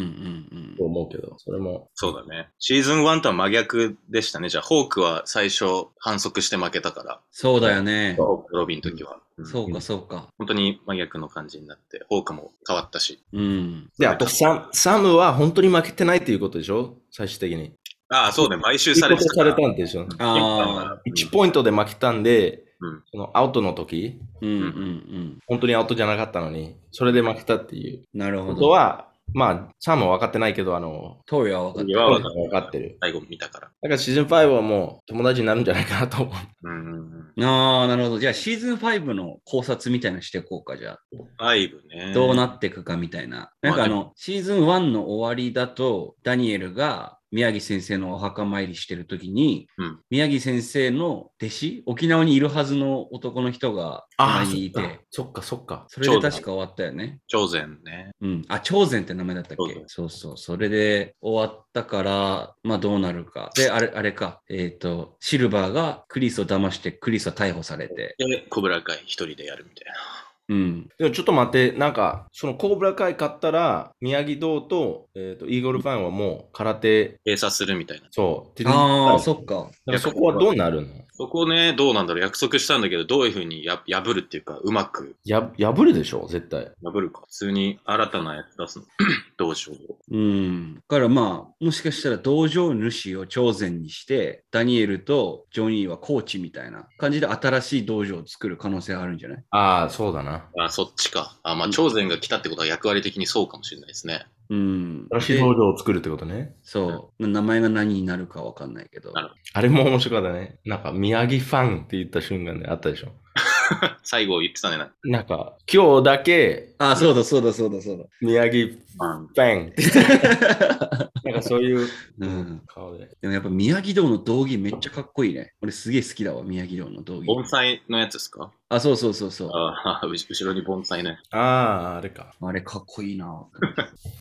S1: ん
S3: と思うけど、それも、
S2: そうだね。シーズン1とは真逆でしたね。じゃあ、ホークは最初反則して負けたから、
S1: そうだよね。
S2: ホークロビンの時は。うん
S1: そうか、そうか。
S2: 本当に真逆の感じになって、ホークも変わったし。
S1: うん。
S3: で、あとサム、サムは本当に負けてないということでしょ最終的に。
S2: ああ、そうね。買収されて
S3: 追加
S2: た
S3: さ
S2: か
S3: れ
S2: ら。
S3: たんでしょ。
S1: ああ、
S3: 1ポイントで負けたんで、
S2: うん
S3: そのアウトの時、
S1: うんうんうん。
S3: 本当にアウトじゃなかったのに、それで負けたっていう
S1: なるほ
S3: こと
S1: ど。
S3: は、まあ、サムは分かってないけど、あの、
S1: トーリは分かっ
S2: 次は分か
S3: 分かってる。
S2: 最後見たから。
S3: だからシーズン5はもう友達になるんじゃないかなと思う。
S2: うん。
S1: た。ああ、なるほど。じゃあ、シーズン5の考察みたいなのしていこうか、じゃあ。
S2: アイブね。
S1: どうなっていくかみたいな。
S2: うん
S1: なんかあの、シーズン1の終わりだと、ダニエルが宮城先生のお墓参りしてる時に、
S2: うん
S1: 宮城先生の弟子、沖縄にいるはずの男の人が前にいて、
S3: そっかそっか。
S1: それで確か終わったよね。
S2: 朝鮮ね。
S1: うん。あ、朝鮮って名前だったっけそうそう。それで終わったから、まあどうなるか。で、あれ、あれか。えっ、と、シルバーがクリスを騙して、クリスは逮捕されて。
S2: で、小倉会一人でやるみたいな。
S1: うん。
S3: でもちょっと待って、なんか、そのコーブラ会買ったら、宮城堂と、えっ、と、イーグルファンはもう空手、
S2: 閉鎖するみたいな。
S3: そう。
S1: ああ、そ
S3: そ
S1: っか。
S3: だからそこはどうなるの
S2: そこね、どうなんだろう。約束したんだけど、どういうふうにや破るっていうか、うまく
S3: や、破るでしょ絶対。
S2: 破るか。普通に新たなやつ出すの。 どうしよう。
S1: うん。だからまあ、もしかしたら道場主を朝鮮にして、ダニエルとジョニーはコーチみたいな感じで新しい道場を作る可能性があるんじゃない
S3: ああ、そうだな。
S2: あ、そっちか。あ、
S1: う
S2: まあ、
S1: ん
S2: 朝鮮が来たってことは役割的にそうかもしれないですね。
S1: うん。
S3: 新しい
S1: で
S3: 道場を作るってことね。
S1: そう。名前が何になるかわかんないけど
S2: な。る
S3: あれも面白かったね。なんか、宮城ファンって言った瞬間であったでしょ。
S2: 最後言ってたね。なんか
S3: なんか、今日だけ、
S1: あ、そうだそうだそうだそうだ。
S3: 宮城フ ァンって言った。なんかそういう
S1: うん。
S3: 顔で。
S1: でもやっぱ宮城道の道着めっちゃかっこいいね。俺すげえ好きだわ、宮城道の道
S2: 盆
S1: 着。
S2: 栽のやつですか
S1: あ、そうそうそうそう。
S2: ああ、うし後ろに盆栽ね。
S3: ああ、あれか。
S1: あれかっこいいな。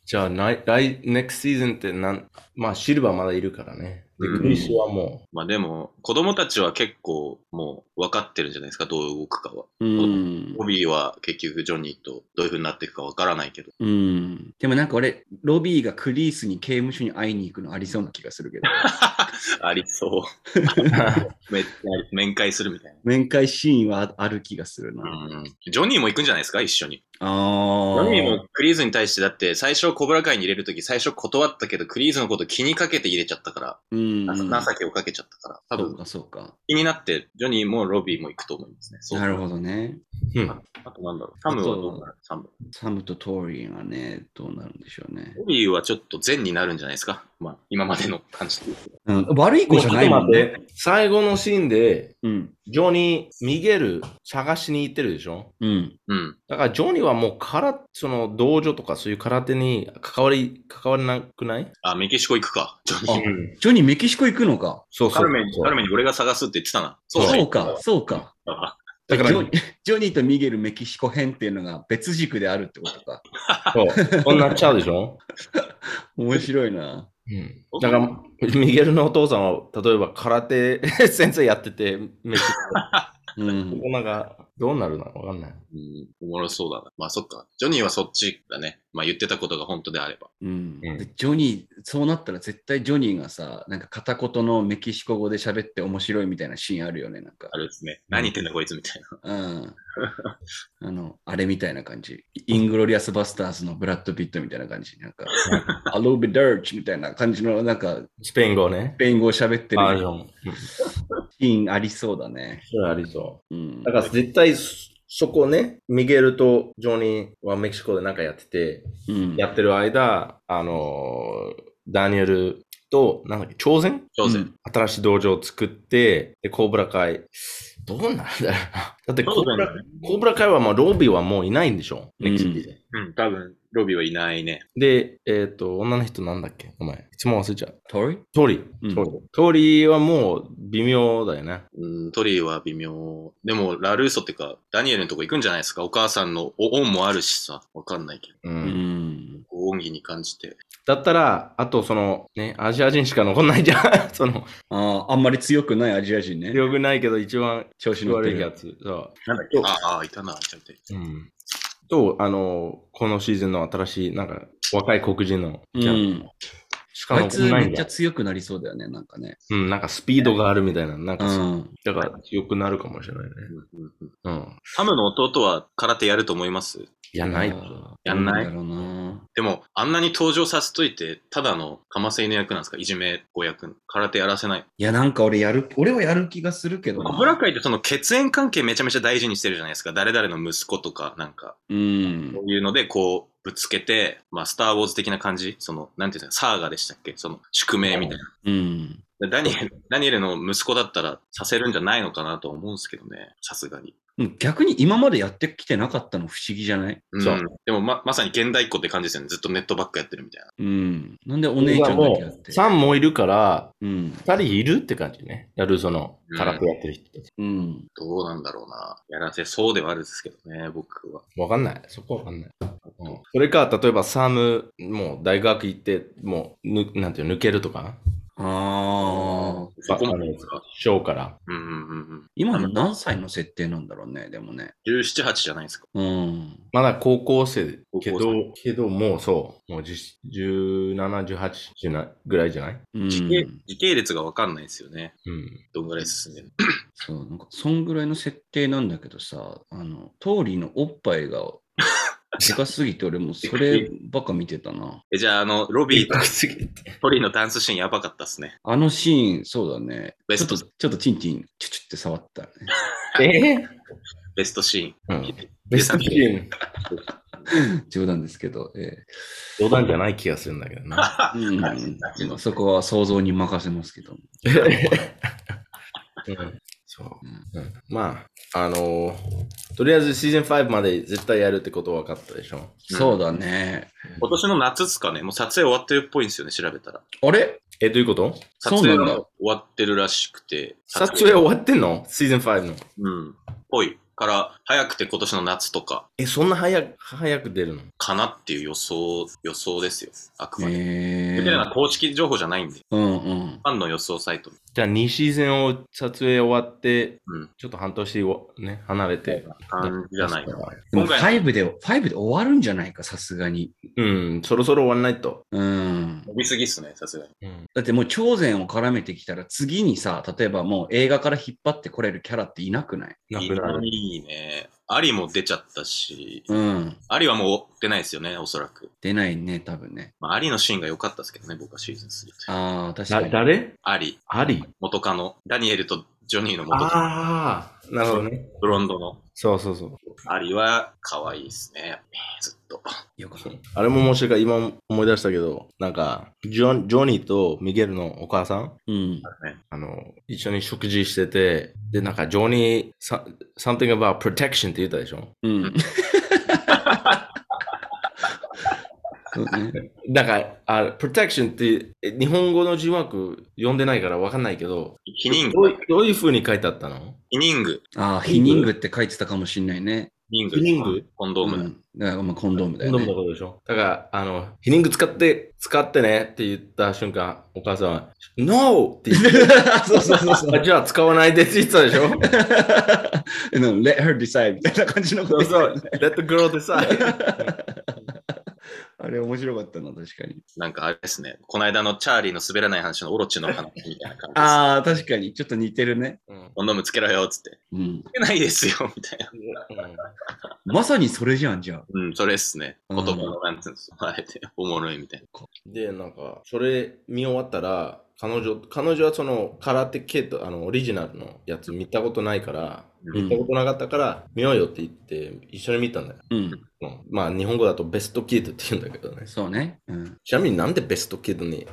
S3: じゃあ、来、来、next season ってなん、まあ、シルバーまだいるからね。で、
S2: うん
S3: クリスはも
S2: まあでも、子供たちは結構もう分かってるんじゃないですか、どう動くかは。
S1: うん
S2: ボ。ビーは結局ジョニーとどういう風になっていくか分からないけど。
S1: うん。でもなんか俺、ロビーがクリースに刑務所に会いに行くのありそうな気がするけど。
S2: ありそう。 めっちゃあり面会するみたい
S1: 面会シーンはある気がするな。
S2: な。うん。ジョニーも行くんじゃないですか、一緒に。ジ
S1: ああ。
S2: ョニーもクリーズに対してだって最初コブラ会に入れるとき最初断ったけどクリーズのこと気にかけて入れちゃったから、
S1: うん、うん。
S2: 情けをかけちゃったから、
S1: そ
S2: 多
S1: う
S2: 分
S1: か、そうか。
S2: 気になってジョニーもロビーも行くと思いますね。そう
S1: なるほどね。
S3: う、うん。
S2: あとなんだろう。サムはどうなるサム。
S1: サムとトーリーがね、どうなるんでしょうね。
S2: ロビーはちょっと善になるんじゃないですか。まあ今までの感じで。
S1: うん、悪い子じゃないもん
S3: ちょっ
S1: ね
S3: と。待って最後のシーンで、
S1: うん。
S3: ジョニー、ミゲル探しに行ってるでしょ
S1: うん。
S2: うん。
S3: だから、ジョニーはもう空、その、道場とかそういう空手に関わり、関わらなくない
S2: あ、メキシコ行くか。ジョニー。
S3: ん。
S1: ジョニーメキシコ行くのか。
S3: そう
S2: カ
S3: そう
S2: ルメン、カルメンに俺が探すって言ってたな。
S1: そう
S2: だ
S1: か、。そうか。
S2: あ
S3: だから
S1: ジョニージョニーとミゲルメキシコ編っていうのが別軸であるってことか。
S3: そう。そうなっちゃうでし ょ
S1: 面白いな。
S3: うん。だから、ミゲルのお父さんは、例えば空手 先生やってて、めっちゃ、
S1: うん。
S3: なんか、どうなるのわかんない。
S2: うん、おもろそうだな。まあそっか。ジョニーはそっちだね。まあ言ってたことが本当であれば。
S1: うん、
S3: うん
S1: でジョニー、そうなったら絶対ジョニーがさ、なんか片言のメキシコ語で喋って面白いみたいなシーンあるよね、なんか
S2: あ。れですね。何言ってんだこいつみたいな。
S1: うん。あの、あれみたいな感じ。イングロリアスバスターズのブラッド・ピットみたいな感じ。なんか、アロビ・ダーチみたいな感じの、なんか、
S3: スペイン語ね
S1: ス。ペイン語を喋って
S3: ああ、
S1: る
S3: 日本。うん
S1: シーンありそうだね。
S3: それありそう。
S1: うん
S3: だ。から絶対そそこね、ミゲルとジョニーはメキシコでなんかやってて、
S1: うん、
S3: やってる間、あのーダニエルと、なんだっけ、朝鮮
S2: 当然。
S3: 新しい道場を作って、で、コーブラ会、どうなんだろうな。 だってコーブラ、コーブラ会はもうロビーはもういないんでしょ、メキシコで。
S2: うん、多分、ロビーはいないね。
S3: で、えっ、と、女の人なんだっけお前、いつも忘れちゃう。
S1: トリ
S3: トーリ
S1: う
S3: ー。
S1: ん
S3: トーリートーリーはもう微妙だよね。
S2: うん、トリーは微妙。でも、ラルーソってか、ダニエルのとこ行くんじゃないですか。お母さんのお恩もあるしさ。わかんないけど。
S3: う。
S1: うんん。
S2: ご恩義に感じて。
S3: だったら、あとその、ね、アジア人しか残んないじゃん。 その、
S1: ああ、あんまり強くないアジア人ね。
S3: よくないけど、一番
S1: 調子乗って
S3: 悪いや
S1: る。
S3: つ。そ
S2: なんだっ
S3: け
S2: ああ、いたな、ちゃんと。
S3: う。うん。と、あの、このシーズンの新しい、なんか、若い黒人の。
S1: うん。
S3: しか
S1: あ
S3: も
S1: いつ
S3: オンライ
S1: め
S3: ン
S1: っちゃ
S3: で。
S1: 強くなりそうだよね、なんかね。
S3: うん、なんかスピードがあるみたいな。なん
S1: う
S3: かそう、
S1: ん。
S3: だから強くなるかもしれないね。うん。
S2: サムの弟は空手やると思います
S3: いや、ない。
S2: やんない
S1: どうなんだろうな。
S2: でも、あんなに登場させといて、ただのかませ犬役なんですかいじめ子役。空手やらせない。
S1: いや、なんか俺やる、俺はやる気がするけどな。
S2: 小倉会ってその血縁関係めちゃめちゃ大事にしてるじゃないですか。誰々の息子とか、なんか、
S1: うん
S2: こ。ういうのでこう、ぶつけて、まあ、スター・ウォーズ的な感じその、なんていうんですか、サーガでしたっけその、宿命みたいな。
S1: うん。
S2: でダニエル、ダニエルの息子だったらさせるんじゃないのかなと思うんですけどね。さすがに。
S1: うん逆に今までやってきてなかったの不思議じゃない
S2: うん
S3: そう。
S2: でもま、まさに現代っ子って感じですよね。ずっとネットばっかやってるみたいな。
S1: うん。なんでお姉ちゃんだけやって。
S3: 3もいるから、
S1: うん。
S3: 2人いるって感じね。やる、その、
S2: うん
S3: 空手やってる人たち。
S1: うん。
S2: どうなんだろうな。やらせそうではあるんですけどね、僕は。
S3: わかんない。そこわかんない。うんそれか、例えばサム、もう大学行って、もう、ぬなんていうの抜けるとか、
S1: ああ。
S2: そこまでですか。
S3: ショーから。
S2: うんうんうんうん。
S1: 今の何歳の設定なんだろうね、でもね。
S2: 17、8じゃないですか。
S1: うん。
S3: まだ高校生け
S2: 高
S3: ど、けどもうそう、もうじ17、18じゃないぐらいじゃない
S1: うん、
S2: 時系,、時系列がわかんないですよね。
S3: うん。
S2: どんぐらい進んでる。
S1: そう、なんか、そんぐらいの設定なんだけどさ、あの、通りのおっぱい が、でかすぎて俺もそればっか見てたな。
S2: えじゃあ、あの、ロビーと
S3: すぎて。
S2: トリーのダンスシーンやばかったっすね。
S1: あのシーン、そうだね。
S2: ベ
S1: ちょ
S2: ス
S1: っ
S2: ト
S1: と、ちょっとチンチン、チュチュって触ったね。
S3: えー
S2: ベストシ
S3: う
S2: ー
S3: ん
S2: ン。
S3: ベストシーン。
S1: 冗談ですけど、え
S3: 冗談じゃない気がするんだけどな。
S1: えうんうんまあそこは想像に任せますけど。
S3: うんそう、うんまあ、あのーとりあえずシーズン5まで絶対やるってこと分かったでしょ。
S1: そうだね。
S2: 今年の夏っすかね。もう撮影終わってるっぽいんですよね、調べたら。
S1: あれ
S3: え、どういうこと
S1: そ
S2: 撮
S1: う
S2: 影
S1: なん
S2: が
S1: だ
S2: 終わってるらしくて。
S3: 撮影終わってんのシーズン5の。
S2: うん。ぽい。から、早くて今年の夏とか、
S3: え、そんな早く、早く出るの
S2: かなっていう予想、予想ですよ。あくまで。
S1: え
S2: みたいな公式情報じゃないんで。
S1: うんうん。
S2: ファンの予想サイト。
S3: じゃあ2シーズンを撮影終わって、
S2: うん。
S3: ちょっと半年をね、離れて。
S2: 感じじゃないの。
S1: でも
S2: 今回
S1: 5で、5で終わるんじゃないか、さすがに。
S3: うん、そろそろ終わんないと。
S1: うん。
S2: 伸びすぎっすね、さすがに。
S3: うん、
S1: だってもう超然を絡めてきたら次にさ、例えばもう映画から引っ張ってこれるキャラっていなくない
S3: なくなる。
S2: いいね。アリも出ちゃったし、
S1: うん。
S2: アリはもう出ないですよね、おそらく。
S1: 出ないね、多分ね。
S2: まあ、アリのシーンが良かったですけどね、僕はシーズン3。
S1: ああ、確か
S3: だ
S1: に。
S3: 誰
S2: アリ、
S3: アリ
S2: 元カノ、ダニエルとジョニーの元カノ、
S3: ああ、なるほどね。
S2: ブロンドの
S3: そうそうそう。
S2: アリは可愛いですね、ずっと。
S1: よかった。
S3: あれも面白いから今思い出したけど、なんか、ジョンジョニーとミゲルのお母さん、
S1: うん。
S3: あの、一緒に食事してて、で、なんか、ジョニー、さ something about protection って言ったでしょ
S1: うん。 そうね。
S3: だから、あ protection って、え日本語の字幕読んでないからわかんないけど、
S2: ヒニン
S3: どうい
S2: グ、
S3: どういう風に書いてあったの
S2: ヒニング、
S1: ああ、ヒニングって書いてたかもしんないね。
S2: ヒニング、
S3: ヒニング
S2: コンドーム
S1: う
S2: だ。
S1: ん。だからまあコンドームだ
S3: 今
S1: よ
S3: 度
S1: ね
S3: の。ことでしょだから、あの、ヒニング使って、使ってねって言った瞬間、お母さんは、No! って言って、
S1: そうそうそうそう。
S3: あじゃあ使わないでって言ってたでしょ
S1: うん Let her decide みたいな感じのこ
S3: そ
S1: と
S3: う
S1: 言ってた
S3: そ
S1: よ
S3: う
S1: ね。、
S3: Let the girl decide.
S1: あれ面白かったな、確かに。
S2: なんかあれですね、この間のチャーリーの滑らない話のオロチの話みたいな感じです。
S1: ああ、確かに。ちょっと似てるね。
S3: うん
S2: コンドームつけろよ、つって。
S1: うん。
S2: つけないですよ、みたいな。
S1: まさにそれじゃん、じゃあ。
S2: うん、それっすね。
S1: う
S2: 言
S1: ん
S2: 葉のなんつうんですか、あえて、おもろいみたいな。
S3: で、なんか、それ見終わったら、彼女、彼女はその空手系と、あの、オリジナルのやつ見たことないから、
S1: う
S3: 見た
S1: ん
S3: こ。となかったから、見ようよって言って、一緒に見たんだよ。
S1: うん、
S3: うんまあ、日本語だとベストキッドって言うんだけどね。
S1: そうね。うん。
S3: ちなみになんでベストキッドに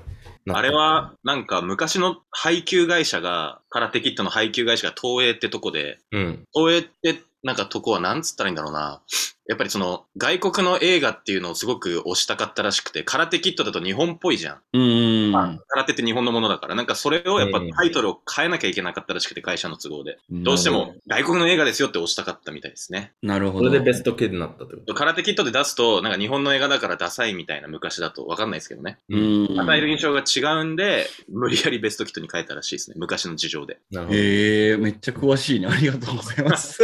S3: なった
S2: あれは、なんか昔の配給会社が、空手キットの配給会社が東映ってとこで、
S3: うん。
S2: 東映ってなんかとこはなんつったらいいんだろうな。やっぱりその、外国の映画っていうのをすごく推したかったらしくて、空手キットだと日本っぽいじゃ
S1: う
S2: ん。
S1: ん。
S2: 空手って日本のものだから、なんかそれをやっぱ
S3: うん
S2: タイトルを変えなきゃいけなかったらしくて、会社の都合で。
S1: なるほ
S2: どうしても。外国の映画ですよって推したかったみたいですね。
S1: なるほ
S3: そ
S1: ど。
S3: れでベストキッドになったってこと。
S2: 空手キットで出すと、なんか日本の映画だからダサいみたいな昔だとわかんないですけどね。
S1: うん。
S2: 与える印象が違うんで、無理やりベストキットに変えたらしいですね。昔の事情で。
S3: なるほど。
S1: ええめっちゃ詳しいね。ありがとうございます。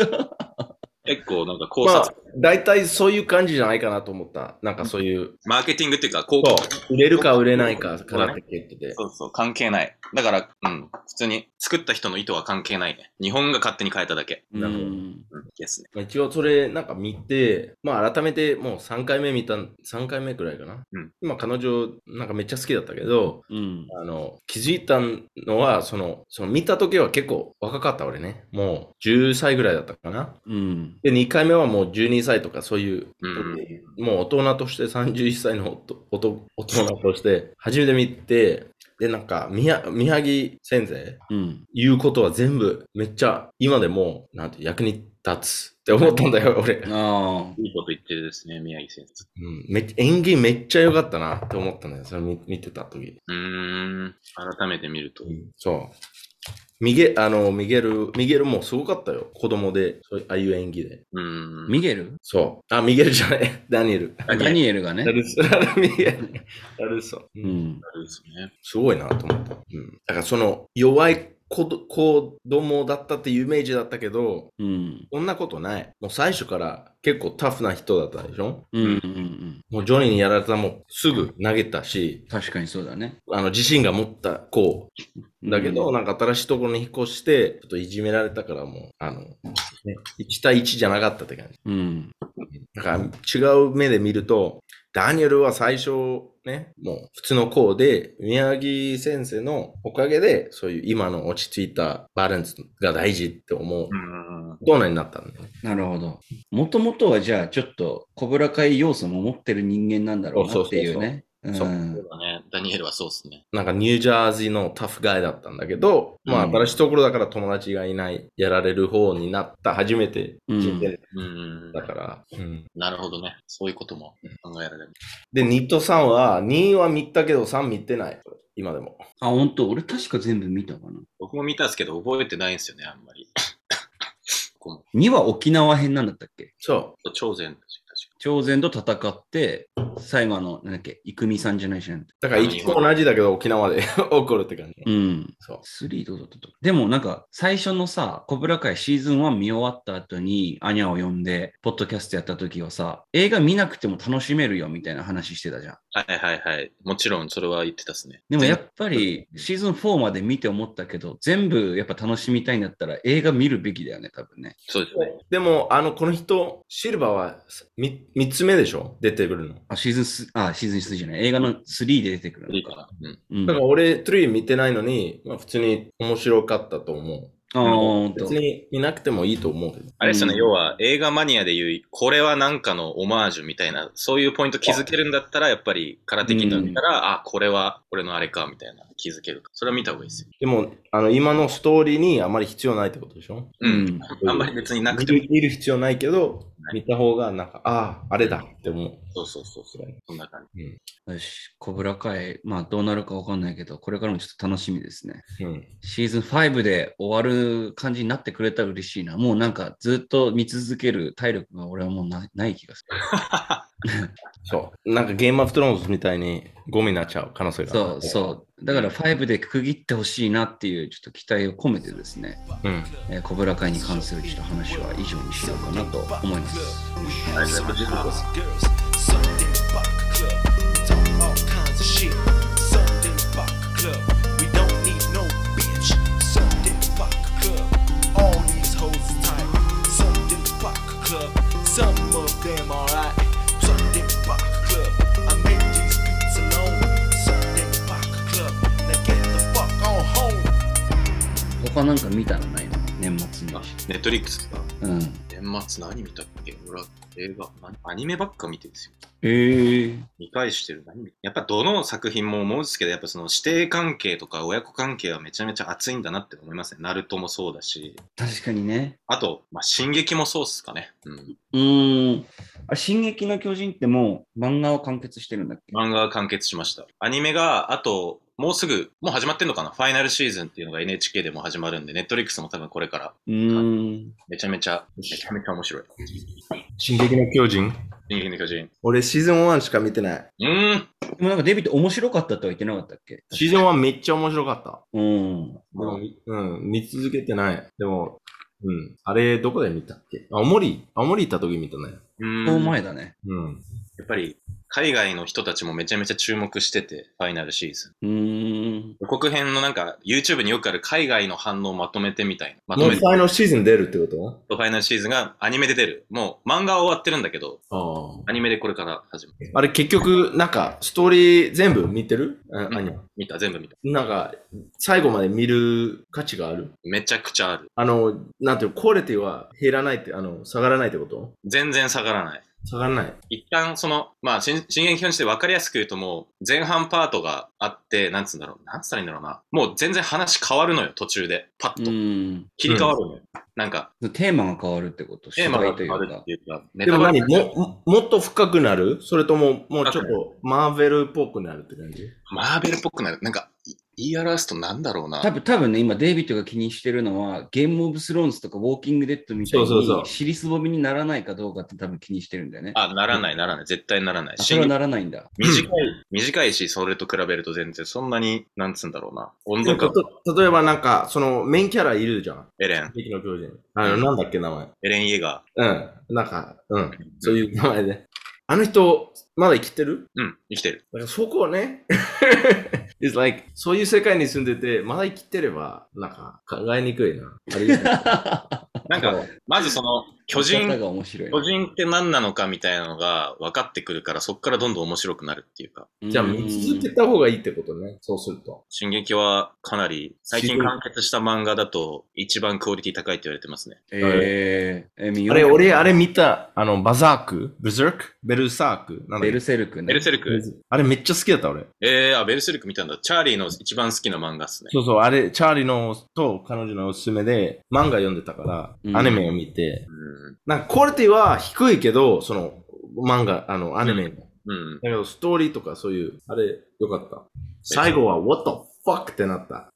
S2: 結構なんか考察、
S3: 大体そういう感じじゃないかなと思った。なんかそういう、
S2: マーケティングっていうか、広
S3: そ
S2: 告
S3: う売れるか売れないか、からって言ってて。
S2: そうそう、関係ない。だから、うん、普通に作った人の意図は関係ないね。日本が勝手に変えただけ。
S3: なるほど
S1: うん
S2: うん、ですね。
S3: まあ一応それなんか見て、まあ改めてもう3回目見た、3回目くらいかな。
S2: うん
S3: 今彼女なんかめっちゃ好きだったけど、
S1: うん。
S3: あの、気づいたのは、その、その見た時は結構若かった俺ね。もう10歳ぐらいだったかな。
S1: うん。
S3: で、2回目はもう12歳とかそういう、
S2: うん
S3: もう大人として31歳のおとおと大人として初めて見て、で、なんか宮、宮城先生、
S1: うん。
S3: 言うことは全部めっちゃ今でも、なんて役に立つって思ったんだよ、俺。う
S1: あ
S2: いいこと言ってるですね、宮城先生。
S3: ん、めっちゃ演技めっちゃ良かったなって思ったんだよ、それ見見てた時。
S2: うーん、改めて見ると。
S3: そう。ミゲ、あの、ミゲル、ミゲルもすごかったよ。子供で、そうああいう演技で。
S2: う
S1: あ。
S2: ん。
S1: ミゲル
S3: そう。あ、ミゲルじゃない。 ダニエル。
S1: ダニエルが
S3: ラ
S1: ね。
S3: ルソ、ラルミゲ ル。ラルソ。う
S1: う。ん。
S2: そうですね。
S3: すごいなと思った。うん。だからその、弱い子ど子供だったっていうイメージだったけど、
S1: うん。
S3: そんなことない。もう最初から結構タフな人だったでしょ
S1: うん。うんうん。
S3: もうジョニーにやられたらもうすぐ投げたし、
S1: 確かにそうだね。
S3: あの自信が持った子だけど、
S1: うん
S3: なんか新しいところに引っ越して、ちょっといじめられたからもう、あの、ね、1対1じゃなかったって感じ。
S1: うん。
S3: だから違う目で見ると、ダニエルは最初ね、もう普通の子で、宮城先生のおかげで、そういう今の落ち着いたバランスが大事って思う。
S2: うん。
S3: どうなになったんだよね。
S1: なるほど。もともとはじゃあちょっと小倉会要素も持ってる人間なんだろうなっていうね。う
S3: そうそうそうそうん
S2: そうだね。ダニエルはそうですね。
S3: なんかニュージャージーのタフガイだったんだけど、まあ
S1: うん
S3: 新しいところだから友達がいない、やられる方になった初めて
S1: うん
S3: 人生
S2: うん。
S3: だから。うん
S2: なるほどね。そういうことも考えられる。
S3: で、ニット3は、2は見たけど3見てない。今でも。
S1: あ、本当俺確か全部見たかな。
S2: 僕も見たんですけど、覚えてないんですよね、あんま り。この
S1: 2は沖縄編なんだったっけ
S3: そ
S2: 超前確か
S1: 朝鮮と戦って、最後あの、なんだっけ、郁美さんじゃないしなんだっ
S3: う。だから一個同じだけど沖縄で 起こるって感じ。
S1: けうん。
S3: そう。
S1: 3どうだったとでもなんか最初のさ、コブラ会シーズン1見終わった後にアニャを呼んで、ポッドキャストやった時はさ、映画見なくても楽しめるよみたいな話してたじゃん。
S2: はいはいはい。もちろん、それは言ってたっすね。
S1: でもやっぱりシーズン4まで見て思ったけど、全部やっぱ楽しみたいんだったら映画見るべきだよね、多分ね。
S2: そうですね。
S3: でも、あの、この人、シルバーは3つ目でしょ出てくるの。
S1: あ、シーズンスあ、シーズン3じゃない。映画の3で出てくる
S2: いい
S1: の
S2: か
S1: か。
S2: な。うん。
S1: うん。
S3: だ
S1: あ
S3: から俺、3見てないのに、まあ普通に面白かったと思
S1: あー、
S3: う。
S1: ほんと
S3: 別。に見なくてもいいと思うけど。
S2: あれですよね、
S1: うん
S2: 要は映画マニアでいう、これはなんかのオマージュみたいな、そういうポイント気づけるんだったら、やっぱり空手になったら、あ、これは俺のあれか、みたいな気づける。それは見た方がいいですよ。
S3: でも、あの、今のストーリーにあまり必要ないってことでしょ
S1: う
S2: うんん。あんまり別になく
S3: 見
S2: ても
S3: る。見る必要ないけど、
S2: はい
S3: 見た方が、なんか、ああ、あれだって思う。
S2: そうそうそうそう。そんな感
S1: よし、コブラ会、まあどうなるかわかんないけど、これからもちょっと楽しみですね。
S3: うん。
S1: シーズン5で終わる感じになってくれたら嬉しいな。もうなんかずっと見続ける体力が俺はもうなない気がす
S3: そう。なんかゲームオブトローンズみたいにゴミになっちゃう可能性
S1: る。
S3: が。
S1: そうそう。だから5で区切ってほしいなっていうちょっと期待を込めてですね、
S3: う。うん。
S1: えー、小倉会に関するちょっと話は以上にしようかなと思います。
S2: ありがとうございました
S4: Girls, Sunday Buck Club. Talk all kinds of shit. Sunday Buck Club. We don't need no bitch. Sunday Buck Club. All these hoes is tight. Sunday Buck Club. Some of them alright. Sunday Buck Club. I made these beats alone. Sunday Buck Club. Now get the fuck on home.
S1: 他なんか見たのないの年末
S2: じ。あ
S1: 年、
S2: ネットリックスか。
S1: 始。うん。
S2: 年末何見たっけ俺は映画、なアニメばっか見てるんですよ。
S1: ええ
S2: 見返してる。何見やっぱどの作品も思うんですけど、やっぱその師弟関係とか親子関係はめちゃめちゃ熱いんだなって思いますね。ナルトもそうだし。
S1: 確かにね。
S2: あと、まあ、進撃もそうっすかね。うん。
S1: うーん。あ、進撃の巨人ってもう漫画を完結してるんだっけ
S2: 漫画が完結しました。アニメが、あと、もうすぐ、もう始まってんのかなファイナルシーズンっていうのが NHK でも始まるんで、ネットリックスも多分これから、
S1: うーん。
S2: めちゃめちゃ、めちゃめちゃ面白い。
S3: 進撃の巨人
S2: 人間の巨人。
S3: 俺、シーズン1しか見てない。
S2: うーん。
S1: でもなんかデビット面白かったとは言ってなかったっけ
S3: シーズン1めっちゃ面白かった。
S1: うん。
S3: でも、うん、見続けてない。でも、うん。あれ、どこで見たっけ青森青森行った時見たね。
S2: うん
S1: そう前だね。
S2: うん。やっぱり、海外の人たちもめちゃめちゃ注目してて、ファイナルシーズン。
S1: うーん。
S2: 予告編のなんか、YouTube によくある海外の反応をまとめてみたいな。ま
S3: も
S2: と
S3: う
S2: め
S3: フ
S2: て、
S3: ァイナルシーズン出るってこ
S2: ファイナルシーズンがアニメで出る。もう、漫画は終わってるんだけど、
S3: と
S2: アニメでこれから始める。
S3: あれ結局、なんか、ストーリー全部見てるあ
S2: うん
S3: アニメ。
S2: 見た、全部見た。
S3: なんか、最後まで見る価値がある
S2: めちゃくちゃある。
S3: あの、なんていうの、クオリティは減らないって、あの、下がらないってこと
S2: 全然下がらない。
S3: 下がらない。
S2: 一旦その、まあ、進進撃基本して分かりやすく言うともう、前半パートがあって、なんつうんだろう、なんつったらいいんだろうな。もう全然話変わるのよ、途中で。パッ
S1: う
S2: と。
S1: ん。
S2: 切り替わるのよ。なんか、
S1: テーマが変わるってこと
S2: テーマが
S1: 主題
S2: 変わるっていうか、ネ
S3: でも
S2: バレ
S3: 何も、もっと深くなるそれとも、もうちょっと、マーベルっぽくなるって感じ
S2: マーベルっぽくなる。なんか、い言い表すとなんだろうな。
S1: 多分多分ね、今、デイビッドが気にしてるのは、ゲームオブスローンズとかウォーキングデッドみたい
S3: そうそうそう
S1: に、尻すぼみにならないかどうかって多分気にしてるんだよね。あ、
S2: あ、ならない、ならない。絶対ならない。
S1: それは
S2: 新
S1: ならないん だ。
S2: 短い、短いし、それと比べると全然そんなに、なんつうんだろうな。温度感。
S3: と例えばなんか、その、メインキャラいるじゃん。
S2: エレン、
S3: 敵の巨人。あの、なんだっけ、名前。
S2: エレン・イェガ
S3: うん。なんか、うん。
S2: ー。
S3: そう
S2: う。
S3: いう名前で。あの人、まだ生きてる
S2: うん、生きてる。
S3: だからそこをね、It's like, そういう世界に住んでて、まだ生きてれば、なんか、考えにくいな。ありがとう
S2: なん か、まずその、巨
S1: 見方
S2: 人、
S1: が面白いな
S2: 巨人って何なのかみたいなのが分かってくるから、そっからどんどん面白くなるっていうか。
S3: じゃあ、見続けた方がいいってことね。そうすると。
S2: 進撃はかなり、最近完結した漫画だと、一番クオリティ高いって言われてますね。
S1: えー、え見よ
S3: あ
S1: う
S3: れ、俺、あれ見た、あの、バザークベルサークベルサークなんだっけ
S1: ベルセルクね。
S2: ベルセルク。
S3: あれめっちゃ好きだった、俺。
S2: えー、あ、ベルセルク見たんだ。チャーリーの一番好きな漫画っすね。
S3: そうそう、あれ、チャーリーのと彼女のおすすめで、漫画読んでたか
S1: うん
S3: ら、アニメを見て、
S2: う
S3: なんかクオリティは低いけど、その、漫画、あの、アニメの。だ
S2: ん。うん。
S3: けど、ストーリーとかそういう、あれ、よかった。最後は、What the fuck? ってな った。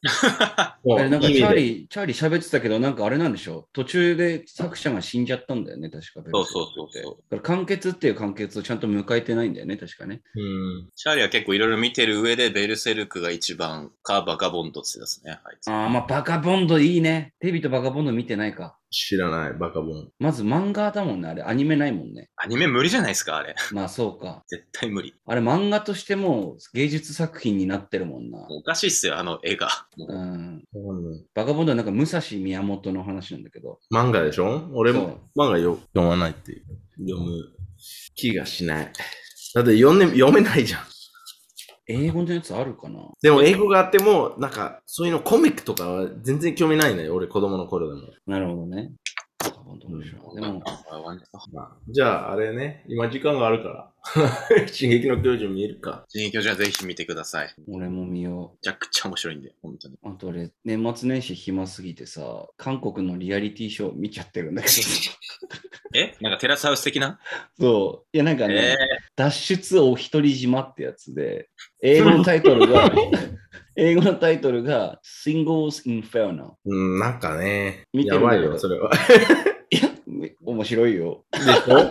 S3: もう
S1: あれなんかチャー
S3: いい意味で
S1: リー、チャーリー喋ってたけど、なんかあれなんでしょう途中で作者が死んじゃったんだよね、確か。
S2: そうそうそう
S1: だ
S2: そう。
S1: から完結っていう完結をちゃんと迎えてないんだよね、確かね。
S3: うん。
S2: チャーリーは結構いろいろ見てる上で、ベルセルクが一番かバカボンドってですね。あいつ
S1: ああ、まあ、バカボンドいいね。テレビとバカボンド見てないか。
S3: 知らない、バカボン。
S1: まず漫画だもんね、あれ。アニメないもんね。
S2: アニメ無理じゃないですか、あれ。
S1: まあそうか。
S2: 絶対無理。
S1: あれ漫画としても芸術作品になってるもんな
S2: も。うおかしいっすよ、あの絵が。もう
S1: うん。
S3: うん
S1: バカボンドはなんか武蔵宮本の話なんだけど。
S3: 漫画でしょ俺も漫画よ読まないっていう。読む気がしない。だって読んで読めないじゃん。
S1: 英語のやつあるかな
S3: でも英語があっても、なんか、そういうのコミックとかは全然興味ないね。俺子供の頃でも。
S1: なるほどね。バカボンド面白い。でも、
S3: まあ、じゃああれね、今時間があるから。 進撃の巨人見えるか。
S2: 人気教授はぜひ見てください。め
S1: 俺も見よ
S2: ちゃくちゃ面白いんで、本当に。
S1: う。あと俺、年末年始暇すぎてさ、韓国のリアリティショー見ちゃってるんだけど。
S2: えなんかテラスハウス的な
S1: そう。いや、なんか
S2: え
S1: ね、脱出お一人島ってやつで、英語のタイトル が、英語のタイトルが Singles Inferno。
S3: うん、なんかね、
S1: 見てる
S3: や
S1: んだ
S3: ば
S1: け
S3: い
S1: ど
S3: よ、それは。
S1: いや、め面白いよ。
S3: でしょ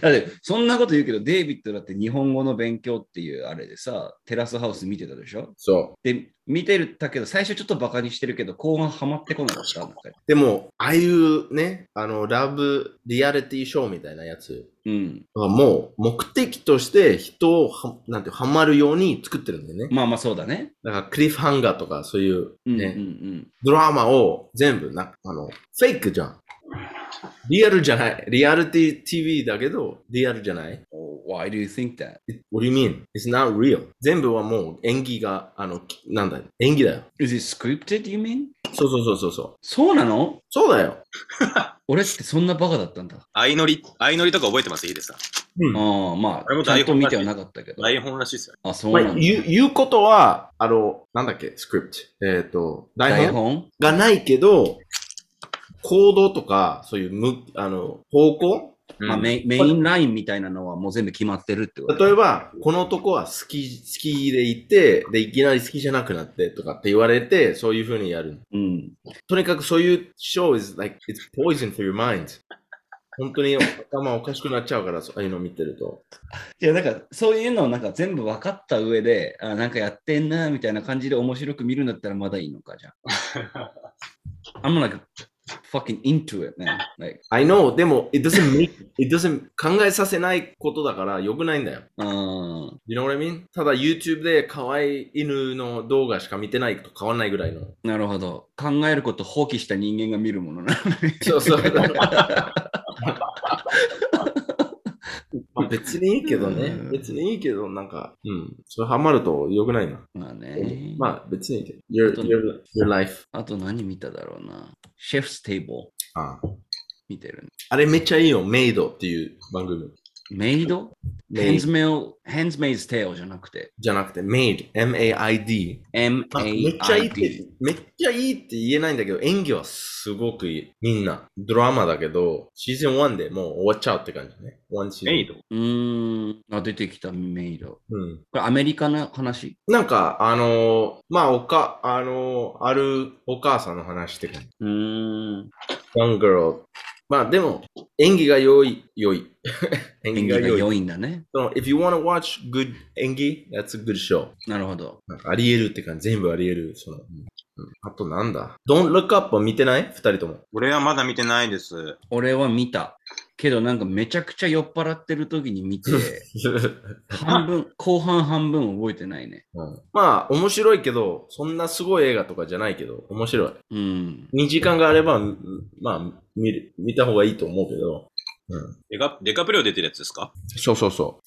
S1: だって、そんなこと言うけど、デイビッドだって日本語の勉強っていうあれでさ、テラスハウス見てたでしょ
S3: そう。
S1: で、見てるだけど、最初ちょっとバカにしてるけど、後半ハマってこなかったなんか
S3: でも、ああいうね、あの、ラブリアリティショーみたいなやつ。
S1: うん。
S3: はもう目的として人をは、なんて、ハマるように作ってるんだよね。
S1: まあまあそうだね。
S3: なんかクリフハンガーとかそういう
S1: うんうん
S3: ね、
S1: うん。
S3: ドラマを全部な、あの、フェイクじゃん。リアルじゃない。リアリティ TV だけど、リアルじゃない。
S1: Oh, why do you think that?
S3: It- What do you mean? It's not real. 全部はもう演技が、あの、きなんだよ。演技だよ。
S1: Is it scripted, you mean?
S3: そうそうそうそうそう。
S1: そうなの
S3: そうだよ。
S1: 俺ってそんなバカだったんだ。
S2: 相乗り、相乗りとか覚えてますヒデさん。
S3: うん
S1: ああ、ま
S2: 俺
S1: あ、
S2: も
S1: ちゃ
S2: 台
S1: んと
S2: 本
S1: 見
S2: だして
S1: はなかったけど。
S2: 台本らしいっすよ。
S1: あ、そう
S3: ま
S1: な
S3: あ、
S1: んだ。
S3: 言う言うことは、あの、なんだっけ、スクリプト。えっ、と、台
S1: 台
S3: 本
S1: 本
S3: がないけど、行動とか、そういうむ、あの、方向
S2: うん
S1: まあメインメインラインみたいなのはもう全部決まってるってこと。
S3: 例えば、この男は好き、好きでいて、で、いきなり好きじゃなくなってとかって言われて、そういう風にやる。
S1: うん。
S3: とにかくそういう show is like, it's poison for your mind. 本当に頭おかしくなっちゃうから、そうああいうの見てると。
S1: いや、なんか、そういうのをなんか全部分かった上で、あ、なんかやってんな、みたいな感じで面白く見るんだったらまだいいのか、じゃあ。I'm like fucking into it, man. Like,
S3: I know, でも、it doesn't make, it doesn't 考えさせないことだから良くないんだよ。
S1: うん。
S3: You know what I mean? ただ YouTube で可愛い犬の動画しか見てないと変わんないぐらいの。
S1: なるほど。考えることを放棄した人間が見るものな。
S3: そうそう。まあ 別にいいけどね
S1: うん。
S3: 別にいいけど、なんか、うん。それハマると良くないな。
S1: まあね。
S3: まあ別にいいけど。Your,
S1: 本当に
S3: your, your life.
S1: あと何見ただろうな。シェフステーブル
S3: あ
S1: 見てるね。
S3: あれめっちゃいいよ。メイドっていう番組。
S1: メイド
S3: メ
S1: ヘン
S3: イ
S1: ズメオ、ヘンズメイズテールじゃなくて。
S3: じゃなくて、メイド。M-A-I-D。あめっちゃいいって
S1: M-A-I-D。、
S3: めっちゃいいって言えないんだけど、演技はすごくいい。みんな。ドラマだけど、シーズン1でもう終わっちゃうって感じね。1シーズン。
S2: メイド
S1: うーん。あ、出てきたメイド。
S3: うん。
S1: これアメリカの話。
S3: なんか、あのーまあ、おか、あのーあるお母さんの話って感じ。
S1: うーん。
S3: One girl。まあ、でも、演技が良い、良い。 演
S1: 演
S3: 技
S1: 技
S3: が
S1: が
S3: 良い。
S1: 良いんだね。
S3: その If you wanna watch good 演技、that's a good show.
S1: なるほど。
S3: なんかあり得るって感じ。全部あり得る。その、うんうんあとなんだ ?Don't look up は見てない二人とも。
S2: 俺はまだ見てないです。
S1: 俺は見た。けどなんかめちゃくちゃ酔っ払ってる時に 見て、半分、後半半分覚えてないね。
S3: うんまあ、面白いけど、そんなすごい映画とかじゃないけど、面白い。
S1: うん。
S3: 2時間があれば、うんまあ、見る、見た方がいいと思うけど。
S2: デカデカプリオ出てるやつですか
S3: そうそうそ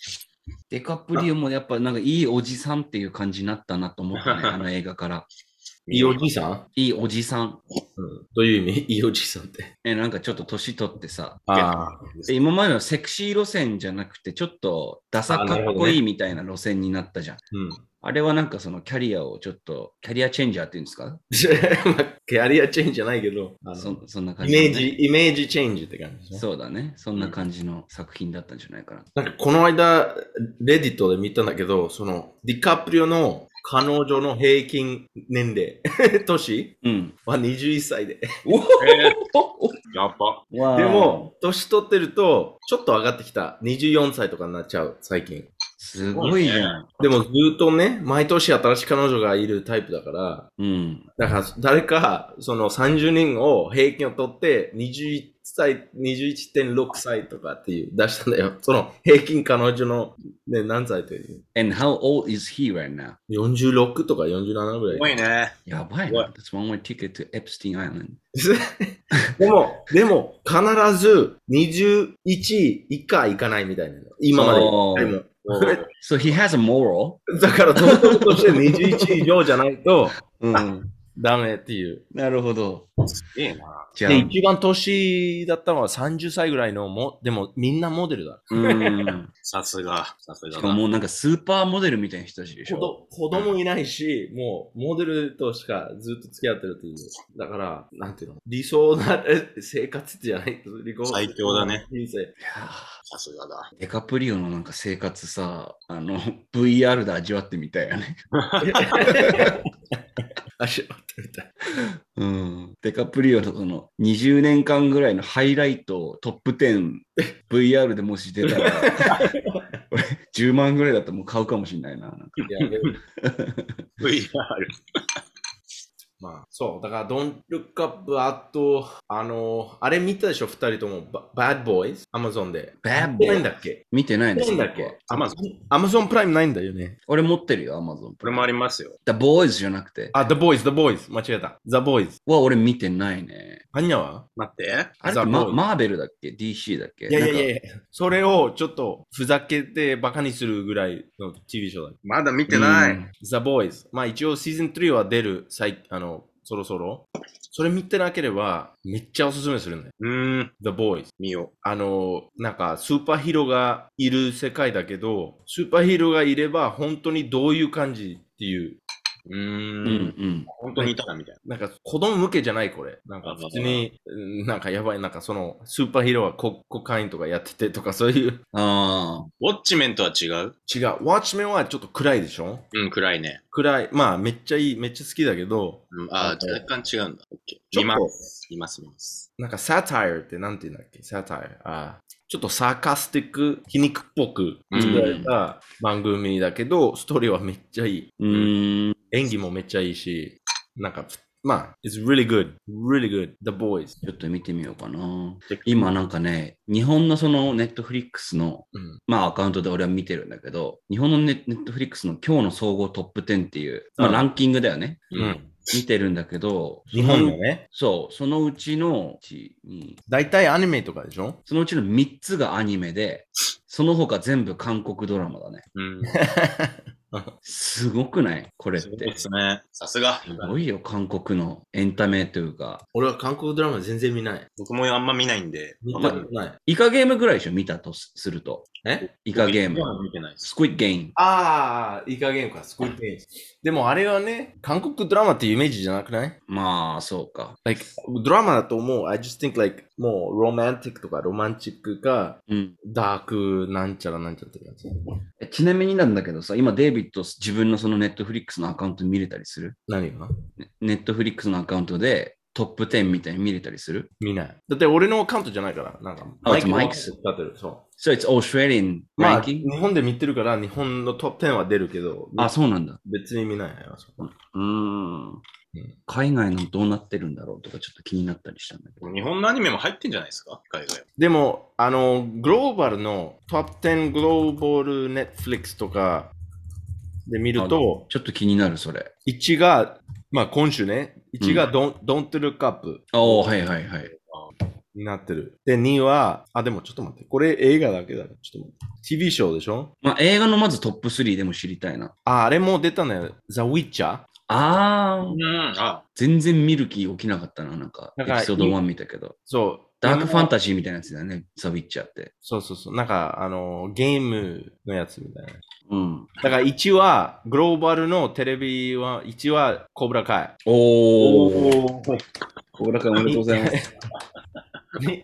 S1: デカプリオもやっぱなんかいいおじさんっていう感じになったなと思 ったね、あの映画から。
S3: う。いいおじさん
S1: いいおじさん。
S3: うん。どういう意味 いいおじさんって。
S1: え、なんかちょっと年取ってさ。
S3: ああ。
S1: で今までのセクシー路線じゃなくて、ちょっとダサかっこいいみたいな路線になったじゃん。
S3: うん。
S1: あれはなんかそのキャリアをちょっと、キャリアチェンジャーっていうんですか
S3: まあ、キャリアチェンジじゃないけど、あの
S1: そそんな感
S3: イ
S1: じ、ね。
S3: メージ、イメージチェンジって感じね。
S1: そうだね。そんな感じの作品だったんじゃないかな。
S3: なんかこの間、レディットで見たんだけど、その、ディカプリオの彼女の平均年齢、 年
S1: うん。
S3: は21歳で。
S2: やば。
S1: わー
S3: でも、、年取ってると、ちょっと上がってきた。24歳とかになっちゃう、最近。
S1: すごいじゃん。
S3: でもずっとね、毎年新しい彼女がいるタイプだから、
S1: うん。
S3: だから誰か、その30人を平均を取って、21歳、21.6歳とかっていう、出したんだよ。その平均彼女の、ね、何歳という。
S1: And how old is he right now?
S3: 46とか47ぐ
S2: す
S3: ら
S2: ご
S3: い。
S2: いね。
S1: やばい
S2: すごい
S1: な。That's one way ticket to Epstein Island.
S3: でも、でも、必ず21以下いかないみたいなの。今ま
S1: そ
S3: で
S1: う
S3: 一回も。
S1: So he has a moral.
S3: だから、堂々として21以上じゃないと
S1: うん。
S3: ダメっていう。
S1: なるほど。
S2: いいな。
S1: じゃあ、
S3: で、
S1: う
S3: 一番年だったのは30歳ぐらいのも、でもみんなモデルだ。
S1: ーん。
S2: さすが。さす
S1: し
S2: が
S1: か
S2: だ。
S1: ももうなんかスーパーモデルみたいな人たちでし
S3: 子
S1: ょ。
S3: ど子供いないし、 もうモデルとしかずっと付き合ってるっていう。だから、なんていうの理想なえ生活じゃない。理想
S2: 最強だね。
S3: 人生。
S1: いや
S2: さすがだ。
S1: ーデカプリオのなんか生活さ、あの、VR で味わってみたいよね。
S3: 足をってみたい。
S1: うん。デカプリオのその20年間ぐらいのハイライトをトップ10、VR でもし出たら、 俺10万ぐらいだったらもう買うかもしれないな。なんか
S3: いやでも
S2: VR。
S3: まあ、そう。だから、ドン・ルックアップ、あと、あの、あれ見たでしょ、二人とも。ババッド・ボーイズアマゾンで。
S1: Bad
S3: 見てないん
S1: Boy
S3: だっけ
S1: 見てないん
S3: 見
S1: で
S3: てな
S1: す
S3: いんだっけ
S2: アマゾン。
S3: アマゾンプライムないんだよね。
S1: 俺持ってるよ、Amazon
S2: これもありますよ。
S1: The Boys じゃなくて。
S3: あ、The Boys、The Boys。間違えた。The Boys。
S1: は俺見てないね。
S3: アンニャは
S2: 待って。
S1: あれ
S3: The
S1: ってマ
S3: Boys
S1: マーベルだっけ ?DC だっけ
S3: いやい
S1: な
S3: や
S1: ん
S3: いやそれをちょっとふざけてバカにするぐらいの TV ショーだ。
S2: まだ見て
S1: か
S2: な
S1: う
S2: い。
S1: ん
S3: The Boys。まあ一応シーズン3は出る、最あの、そろそろ。それ見てなければ、めっちゃおすすめするね。
S2: うーん。
S3: The Boys。
S2: 見よ
S3: あの、なんか、スーパーヒーローがいる世界だけど、スーパーヒーローがいれば、本当にどういう感じっていう、
S2: う。う
S1: うん
S2: ー。
S1: ん
S2: 本当にいたなみたい
S3: なんか、子供向けじゃない、これ。なんか、普通に、うんなんか、やばい、なんか、その、スーパーヒーローは国国会員とかやっててとか、そういう。
S1: うん。ああ。
S2: な。ウォッチメンとは違う
S3: 違う。ワッチメンはちょっと暗いでしょ
S2: うん、暗いね。
S3: 暗い。まあ、めっちゃいい、めっちゃ好きだけど、
S2: うん、ああ、
S3: あ
S2: 若干違うんだ。オッケー。
S3: ちょっと
S2: 見ます。見ます、見ます。
S3: なんか、サタイルってなんて言うんだっけサタイル。ああちょっとサーカスティック、皮肉っぽく作られた番組だけど、ストーリーはめっちゃいい。
S1: うーん。
S3: 演技もめっちゃいいし、なんか、まあ、it's really good. Really good. The boys.
S1: ちょっと見てみようかな。今なんかね、日本のそのネットフリックスの、
S2: うん。
S1: まあアカウントで俺は見てるんだけど、日本のネットフリックスの今日の総合トップ10っていう、まあ
S3: うん
S1: ランキングだよね。
S2: うん
S1: 見てるんだけど、
S3: 日本のね、
S1: そう、そのうちの、1 2
S3: 大体アニメとかでしょ
S1: そのうちの3つがアニメで、その他全部韓国ドラマだね。
S2: うん。
S1: すごくないこれっ
S2: そ
S1: て
S2: う。ですね。さすが。
S1: すごいよ、韓国のエンタメというか。
S3: 俺は韓国ドラマ全然見ない。
S2: 僕もあんま見ないんで。
S3: 見
S2: あん
S3: た
S2: ま
S3: ことない。
S1: イカゲームぐらいでしょ見たとすすると。
S3: え
S1: イカゲーム。
S2: 見てないです。
S1: スクイッドゲーム。
S3: ああ、いい加減か、すごいね。でもあれはね、韓国ドラマっていうイメージじゃなくない
S1: まあ、そうか。
S3: like, ドラマだと思う。I just think like, もうロマンティックとかロマンチックか、
S1: うん。
S3: ダークなんちゃらなんちゃらってやつ。
S1: えちなみになんだけどさ、今デイビッド自分のそのネットフリックスのアカウント見れたりする
S3: 何が
S1: ねネットフリックスのアカウントでトップ10みたいに見れたりする
S3: 見ない。だって俺のアカウントじゃないから、なんか、
S1: あマイク
S3: 使ってる。そう。
S1: ?So it's Australian
S3: まあ、
S1: ranking?
S3: 日本で見てるから、日本のトップ10は出るけど、
S1: あ、そうなんだ。
S3: 別に見ないあそこ
S1: うーん。海外のどうなってるんだろうとかちょっと気になったりしたんだけど。
S2: 日本のアニメも入ってんじゃないですか海外。
S3: でも、あの、グローバルのトップ10グローバルネットフリックスとかで見ると、
S1: ちょっと気になる、それ。
S3: 1が、まあ今週ね、1が Don't,、Don't Look Up
S1: あおはいはいはい。
S3: になってる。で、2は、あ、でもちょっと待って、これ映画だけだから、ちょっと待って。TV ショーでしょ
S1: まあ、映画のまずトップ3でも知りたいな。
S3: あ、あれも出たのよ。The Witcher?
S1: あー、
S2: うん。あ、
S1: 全然見る気起きなかったな、なんか。エ
S3: だ
S1: ピ
S3: から
S1: ソード1見たけど。
S3: そう。
S1: ダークファン
S3: タ
S1: タジーみたいなやつだよね、ザ・ウィッチャーって。
S3: そうそうそう。なんか、あの、ゲームのやつみたいな。
S1: うん。
S3: だから1は、グローバルのテレビは、1は、コブラカ
S1: おー。
S2: おー。
S1: 小倉君おめでとうございます。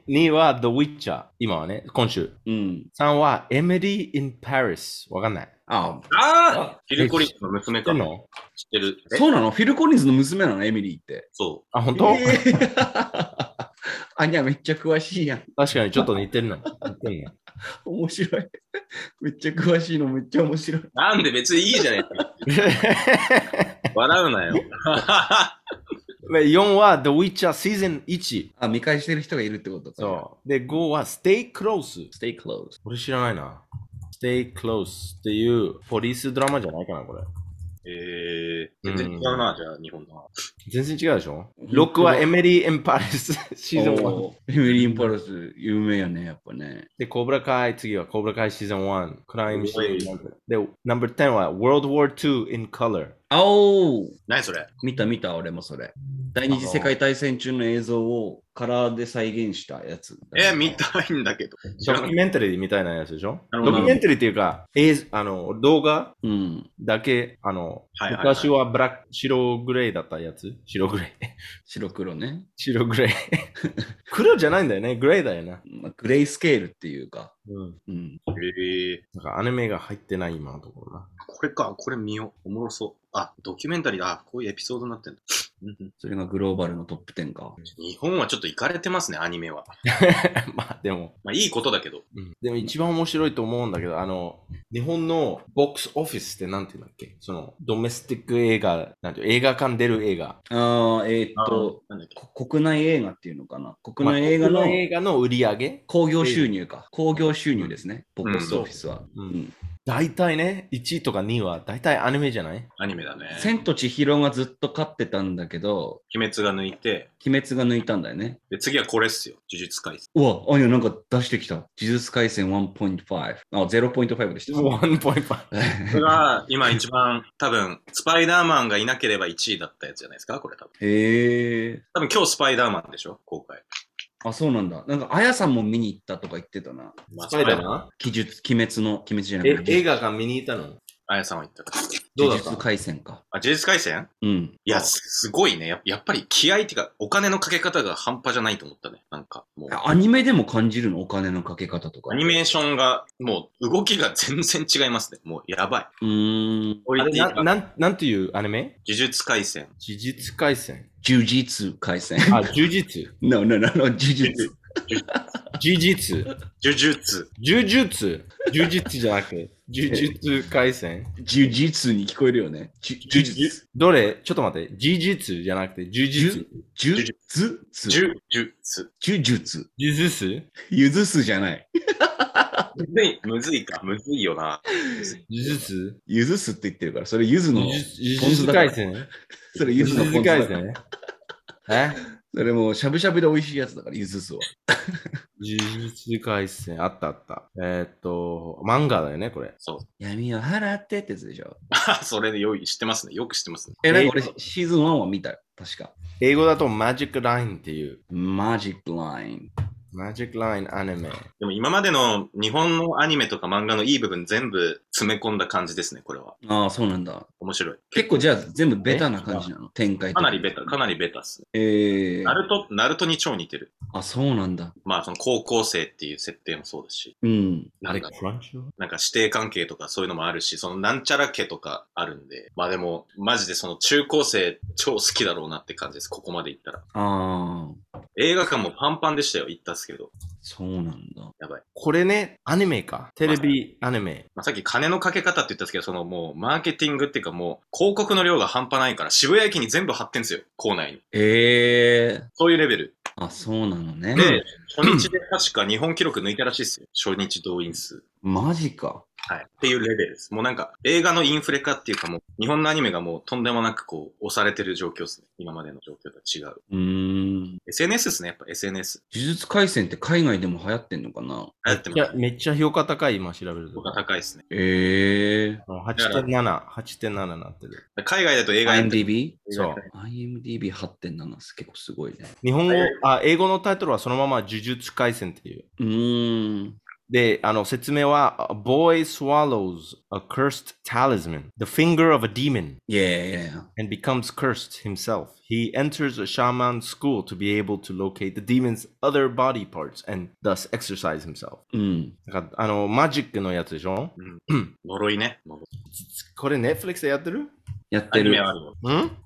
S3: イ。2は、The Witcher。今はね、今週。
S1: うん。
S3: 3は、Emily in Paris。わかんない。
S1: あ
S2: ああフィル・コリンズの娘
S3: 知って
S2: か
S3: ん。の
S2: 知ってる。
S1: ー、そうなのフィル・コリンズの娘なのエミリーって。
S2: そ
S3: あ、本当、
S1: えー アニャめっちゃ詳しいやん。
S3: 確かにちょっと似てるな。似てるな。
S1: 面白い。めっちゃ詳しいのめっちゃ面白い。
S2: う。なんで別にいいじゃないですか。 笑うなよ。
S3: 4は、The Witcher Season 1。
S1: あ、見返してる人がいるってことか。
S3: そう。で、5は、Stay Close。
S1: Stay close.
S3: 俺知らないな。Stay Close っていう、ポリスドラマじゃないかな、これ。
S2: えー、全然違うな、じゃあ、日本の。
S3: 全然違うでしょ
S1: 当だ
S3: ?6 は、Emily in Paris シーズン1。
S1: おーエミリー・インパルス、有名やね、やっぱね。
S3: で、コブラカイ、次はコブラカイシーズン1、クライムシーズン
S2: お
S3: 1。で、ナンバー10は World War II in Color。
S1: あおー
S2: 何それ
S1: 見た見た、俺もそれ。第二次世界大戦中の映像をカラーで再現したやつ。
S2: えー、見たいんだけど。知
S3: ド
S2: ら
S3: キ
S2: なかっ
S3: ュメンタリーみたいなやつでしょ
S2: なる
S3: ドキ
S2: ほど
S3: ュメンタリーっていうか、映像あの動画
S1: うん。
S3: だけ、あの、
S2: はいはいはい
S3: 昔はブラック、白グレーだったやつ白グレー。
S1: 白黒ね。
S3: 白グレー。 黒じゃないんだよね。グレーだよな。
S1: まあ、グレイスケールっていうか。
S3: うん。
S1: うん。
S2: た。えー、
S3: なんかアニメが入ってない今のところな。
S2: これか、これ見よう。おもろそう。あ、ドキュメンタリーだ。あこういうエピソードになってんだ。うんうん
S1: それがグローバルのトップ10か。
S2: 日本はちょっと行かれてますね、アニメは。
S3: まあでも、
S2: まあ、いいことだけど。
S3: うんでも一番面白いと思うんだけど、あの、日本のボックスオフィスってなんていうんだっけその、ドメスティック映画、なんていう映画館出る映画。
S1: ああ、えーっと、
S2: なんだっけ。
S1: こ国内映画っていうのかな。国内映画
S3: まあ
S1: の
S3: 国内映画の売り上げ
S1: 興行収入か。興行収入ですね。ボ
S2: ん
S1: ックスオフィスは。
S3: う
S1: うんん。
S3: 大体ね、1位とか2位は大体アニメじゃない
S2: アニメだね。
S1: 千と千尋がずっと勝ってたんだけど、
S2: 鬼滅が抜いて、
S1: 鬼滅が抜いたんだよね。
S2: で、次はこれっすよ。呪術廻 戦。
S1: うわ、アニャなんか出してきた。呪術廻戦1.5。あ、0.5でした。
S3: ?1.5。
S2: これが、今一番、多分、スパイダーマンがいなければ1位だったやつじゃないですか、これ多分。
S1: へえ。
S2: 多分今日スパイダーマンでしょ公開。
S1: あ、そうなんだ。なんか、あやさんも見に行ったとか言ってたな。
S2: まあ
S3: スパイダー
S2: ン。
S3: マ
S1: 鬼術、鬼滅の、鬼滅じゃな
S3: ンえ
S1: くて、
S3: 映画館見に行ったの
S2: あやさんは言ったから。
S3: どう
S1: 呪
S3: だった
S1: 術廻戦か。
S2: あ、呪術廻戦
S1: うん。
S2: いや、すすごいねや。やっぱり気合っていうか、お金のかけ方が半端じゃないと思ったね。なんか、もう。
S1: あアニメでも感じるのお金のかけ方とか。
S2: アニメーションが、もう、動きが全然違いますね。もう、やばい。
S1: うーん。
S2: クオリ
S3: あれ
S2: ティが
S3: ななん、なんていうアニメ
S2: 呪術廻戦。
S3: 呪術廻 戦。
S1: 呪術廻戦。
S3: あ、呪術。
S1: no, no, no, no, 呪術。
S3: 呪術。
S2: 呪術。
S3: 呪術。呪術じゃなくて。呪術回戦
S1: 呪術に聞こえるよね。呪呪術。
S3: どれちょっと待って。呪術じゃなくて、呪術。
S1: 呪術
S2: 呪術。
S1: 呪術。
S3: 呪術
S1: ゆずすじゃない。
S2: むずい、むずいか、むずいよな。
S3: 呪術
S1: ゆずすって言ってるから、それゆずの
S3: 呪、術呪術回戦
S1: それゆ
S3: 呪
S1: ずのポ
S3: 術
S1: ン酢だ
S3: 回
S1: から。
S3: 戦え
S1: それもうしゃぶしゃぶで美味しいやつだから、ゆずすは。
S3: 呪術回戦、あったあった。えーっと、漫画だよね、これ。
S1: 闇を払ってってやつでしょ。
S2: それで用意してますね。よく知ってますね。
S1: え、なんか俺シーズン1は見たよ。確か。
S3: 英語だとマジックラインっていう。
S1: マジックライン。
S3: マジックラインアニメ。
S2: でも今までの日本のアニメとか漫画のいい部分全部詰め込んだ感じですね、これは。
S1: ああ、そうなんだ。
S2: 面白い。
S1: 結構じゃあ全部ベタな感じなの展開
S2: かなり
S1: ベ
S2: ベタ、かなりベタっすね。
S1: えー
S2: ナ、ルト、ナルトに超似てる。
S1: あ、そうなんだ。
S2: まあ、その高校生っていう設定もそうだし、
S1: うん。
S2: なんか、
S3: クランチは
S2: なんか師弟関係とかそういうのもあるし、そのなんちゃら家とかあるんで、まあでも、マジでその中高生超好きだろうなって感じです、ここまで行ったら。
S1: ああ、
S2: 映画館もパンパンでしたよ、行ったっすけど。
S1: そうなんだ。
S2: やばい。
S3: これね、アニメか。テレビアニメ。
S2: まあ、さっき金のかけ方って言ったんですけど、そのもう、マーケティングっていうかもう、広告の量が半端ないから、渋谷駅に全部貼ってんすよ、校内に。
S1: ええ
S2: そういうレベル。
S1: あ、そうなのね。
S2: で、初日で確か日本記録抜いたらしいですよ。初日動員数。
S1: マジか。
S2: はい。っていうレベルです。もうなんか、映画のインフレ化っていうかもう、日本のアニメがもうとんでもなくこう、押されてる状況ですね。今までの状況とは違う。
S1: うーん。
S2: SNS ですね、やっぱ SNS。
S1: 呪術廻戦って海外でも流行ってんのかな
S2: 流行って
S3: い
S2: ま
S3: や、
S2: す。
S3: めっちゃ評価高い、今調べると
S2: 僕。は高いですね。
S1: ええ
S3: 8.7、8.7なってる。
S2: 海外だと映画やって
S1: IMDB?IMDB
S3: そう。
S1: 8.7す結構すごいね。
S3: 日本語、あ、英語のタイトルはそのまま呪術回戦っていう。
S1: うーん。
S3: で、あの、説明は、A boy swallows a cursed talisman, the finger of a demon,
S1: いやいやいや。
S3: and becomes cursed himself. He enters a shaman school to be able to locate the demon's other body parts and thus exercise himself.
S1: うん。
S3: だから、あの、マジックのやつでしょ
S2: 呪いね。呪い
S3: これ、Netflix でやってるん
S1: やっ
S2: ア
S1: て
S2: ニ
S1: る
S2: メ。はあるよ。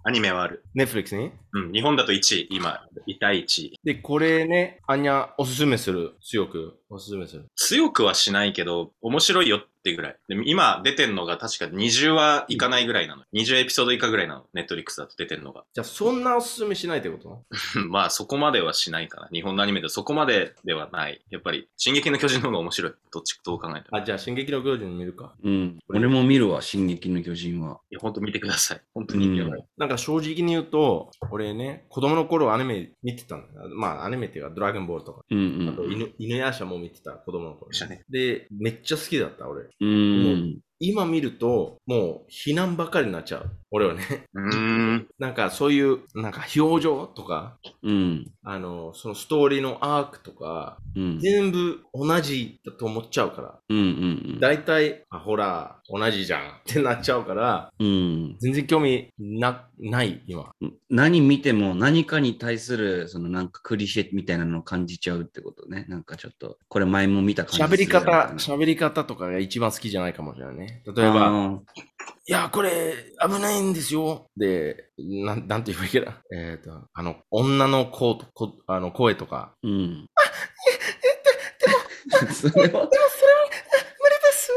S2: アニメはある。
S3: ?Netflix に
S2: うん。日本だと1位、今、第1位。
S3: で、これね、アンニャおすすめする。強くおすすめする。
S2: 強くはしないけど、面白いよってぐらい。で今出てんのが確か20はいかないぐらいなの。20エピソード以下ぐらいなの。ネットリックスだと出てんのが。
S3: じゃあ、そんなおすすめしないってこと
S2: うんまあそこまではしないかな。日本のアニメでそこまでではない。やっぱり、進撃の巨人の方が面白い。どっちどう考えたら。い
S3: あ、じゃあ、進撃の巨人見るか。
S1: うん。俺も見るわ、進撃の巨人は。
S2: や、ほんと見てください。本当にやばい。
S3: なんか正直に言うと、俺ね、子供の頃アニメ見てたんだよ。まあ、アニメっていうか、ドラゴンボールとか、
S1: うんう
S3: あ
S1: ん
S3: と。犬、犬やしゃも見てた、子供の頃
S2: しゃね。
S3: で、めっちゃ好きだった、俺。
S1: うーん。
S3: 今見ると、もう、避難ばかりになっちゃう。俺はね。
S2: うーん。
S3: なんか、そういう、なんか、表情とか、
S1: うん。
S3: あの、そのストーリーのアークとか、
S1: うん。
S3: 全部同じだと思っちゃうから。
S1: うんうん
S3: 大体、あ、ほら、同じじゃんってなっちゃうから、
S1: うん。うん。
S3: 全然興味な、ない、今。
S1: 何見ても何かに対するそのなんかクリシェみたいなのを感じちゃうってことね。なんかちょっと、これ前も見た感じ
S3: 喋り方、
S1: 例
S3: 喋り方とかが一番好きじゃないかもしれないね。例
S1: え
S3: えば、
S1: ば、
S3: いや、これ危ないんですよ。で、なんなんて言えばいいかな。えっ、と、あの、女の子と子あの声とか、
S1: うん。それは、
S3: 無理です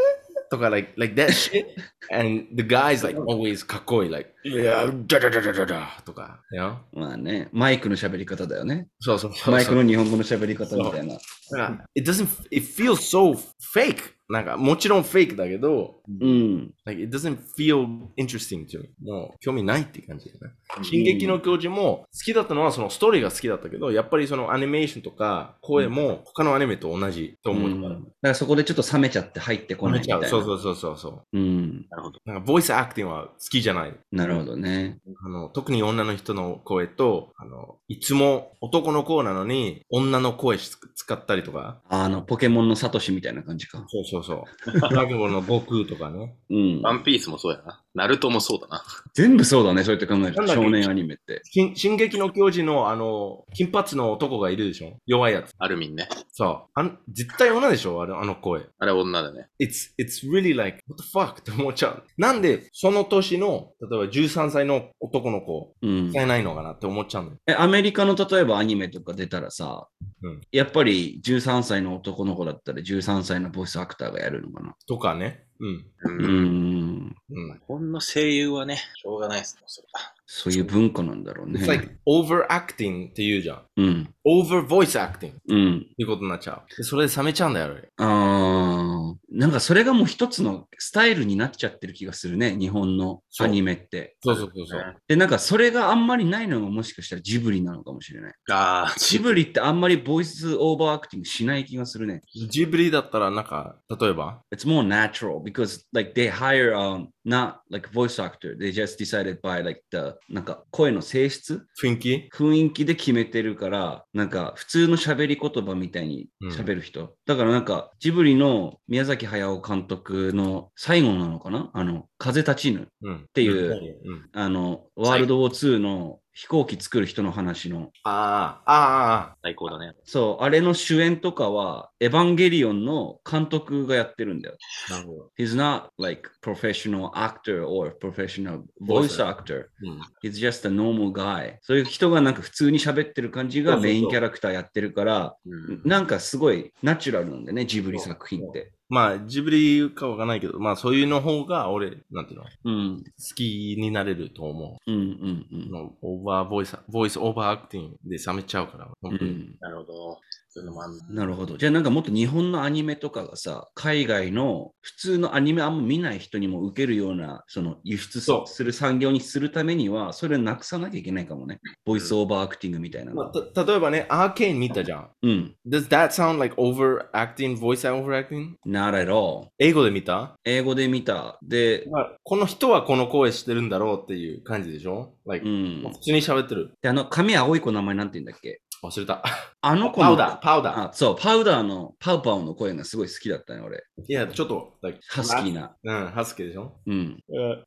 S3: とか、like, like that shit. And the guy's like always かっこいい、like, いや、ダダダダダダとか、you know?
S1: まあね、マイクの喋り方だよね。
S3: そうそうそう。
S1: マイクの日本語の喋り方みたいな。
S3: だから it doesn't, it feels so fake. なんか、もちろん fake だけど、
S1: うん。
S3: Like, it doesn't feel interesting to me. もう興味ないって感じだね。
S2: うん
S3: 進撃の教授も好きだったのはそのストーリーが好きだったけど、やっぱりそのアニメーションとか声も他のアニメと同じと思う
S1: だ
S3: か。
S1: かららそこでちょっと冷めちゃって入ってこ
S3: こ
S1: ない
S3: れ
S1: み
S3: ち
S1: た
S3: ゃ
S1: いうな。。
S3: そうそうそうそうそう
S1: ん。
S2: なるほど。
S3: う。なんかボイスアクティングは好きじゃない。
S1: なるほどね。
S3: あの特に女の人の声とあの、いつも男の子なのに女の声し使ったりとか。
S1: あの、ポケモンのサトシみたいな感じか。
S3: そうそ うそう。ドラゴンボールの悟空とかね。
S1: うん。
S2: ワンピースもそうやな。ナルトもそうだな。
S1: 全部そうだね、そうやって考える
S3: なん
S1: と。
S3: だっけ
S1: 少年アニメって。
S3: 進進撃の教授のあの、金髪の男がいるでしょ弱いやつ。
S2: アルミンね。
S3: そう。あん絶対女でしょあのあの声。
S2: あれ女だね。
S3: It's, it's really like, what the fuck? って思っちゃう。なんで、その年の、例えば13歳の男の子、
S1: うん
S3: 使。えないのかなって思っちゃうんだよ。
S1: え、アメリカの例えばアニメとか出たらさ、
S3: うん
S1: やっぱり13歳の男の子だったら13歳のボイスアクターがやるのかな。
S3: とかね。うん。
S2: う。
S1: うんん。
S3: うん。
S2: 日本の声優はね、しょうがないですね、それは。
S1: そういう文化なんだろう
S3: It's like
S1: ね。
S3: overacting って言うじゃん。
S1: うん。
S3: over voice acting っ
S1: うん。
S3: ていうことになっちゃう。でそれで冷めちゃうんだよ、あれ。
S1: ああ、なんかそれがもう一つのスタイルになっちゃってる気がするね、日本の
S3: そう
S1: アニメって。
S3: そうそうそうそう。
S1: で、なんかそれがあんまりないのがもしかしたらジブリなのかもしれない。
S2: ああ、
S1: ジブリってあんまりボイスオーバーアクティングしない気がするね。
S3: ジブリだったら、なんか、例えば
S1: It's more natural because like they hire um not like voice actor. They just decided by like the なんか声の性質
S3: 雰囲気
S1: 雰囲気で決めてるから、なんか普通の喋り言葉みたいに喋る人。だからなんかジブリの宮崎駿監督の最後なのかなあの、風立ちぬ。
S3: うん。って。
S1: いう
S3: うん、
S1: あの、
S2: 後
S1: ワールドウォー2の飛行機作る人の話の。
S3: ああ、ああ、
S2: 最高だね。
S1: そう、あれの主演とかは、エヴァンゲリオンの監督がやってるんだよ。
S3: なるほど。
S1: He's not like professional actor or professional voice actor.
S3: うん。
S1: He's just a normal guy. そういう人がなんか普通に喋ってる感じ
S3: そ
S1: が
S3: うそうそう
S1: メインキャラクターやってるから、
S2: うん。
S1: なんかすごいナチュラルなんだよね、ジブリ作品って。
S3: まあ、ジブリかわかんないけど、まあ、そういうの方が、俺、なんていうの、好
S1: うん、
S3: きになれると思
S1: うん、うん、う
S3: う。
S1: ん。
S3: のオーバーボイス、ボイスオーバーアクティングで冷めちゃうから、
S1: う
S3: 本当に。
S1: ん
S2: なるほど。そういうのもあん
S1: なるほど。じゃあなんかもっと日本のアニメとかがさ、海外の普通のアニメあんま見ない人にも受けるような、その輸出
S3: そう
S1: する産業にするためには、それをなくさなきゃいけないかもね。ボイスオーバーアクティングみたいなの。
S3: まあ、た例えばね、アーケーン見たじゃん。
S1: うん。
S3: Does that sound like overacting, voice overacting?
S1: Not at all.
S3: 英語で見た、
S1: 英語で見た。で、
S3: まあ、この人はこの声してるんだろうっていう感じでしょ like、
S1: うん。
S3: 普通に喋ってる。
S1: で、あの、髪青い子の名前なんて言うんだっけ
S3: 忘れた。
S1: あの子
S3: パ
S1: の。
S3: ウダー、パウダ
S1: あ、そう、パウダーの、パウパウの声がすごい好きだったね、俺。
S3: ー。いや、ちょっと、like
S1: ハスキーな。
S3: うん、ハスケでしょ
S1: うん。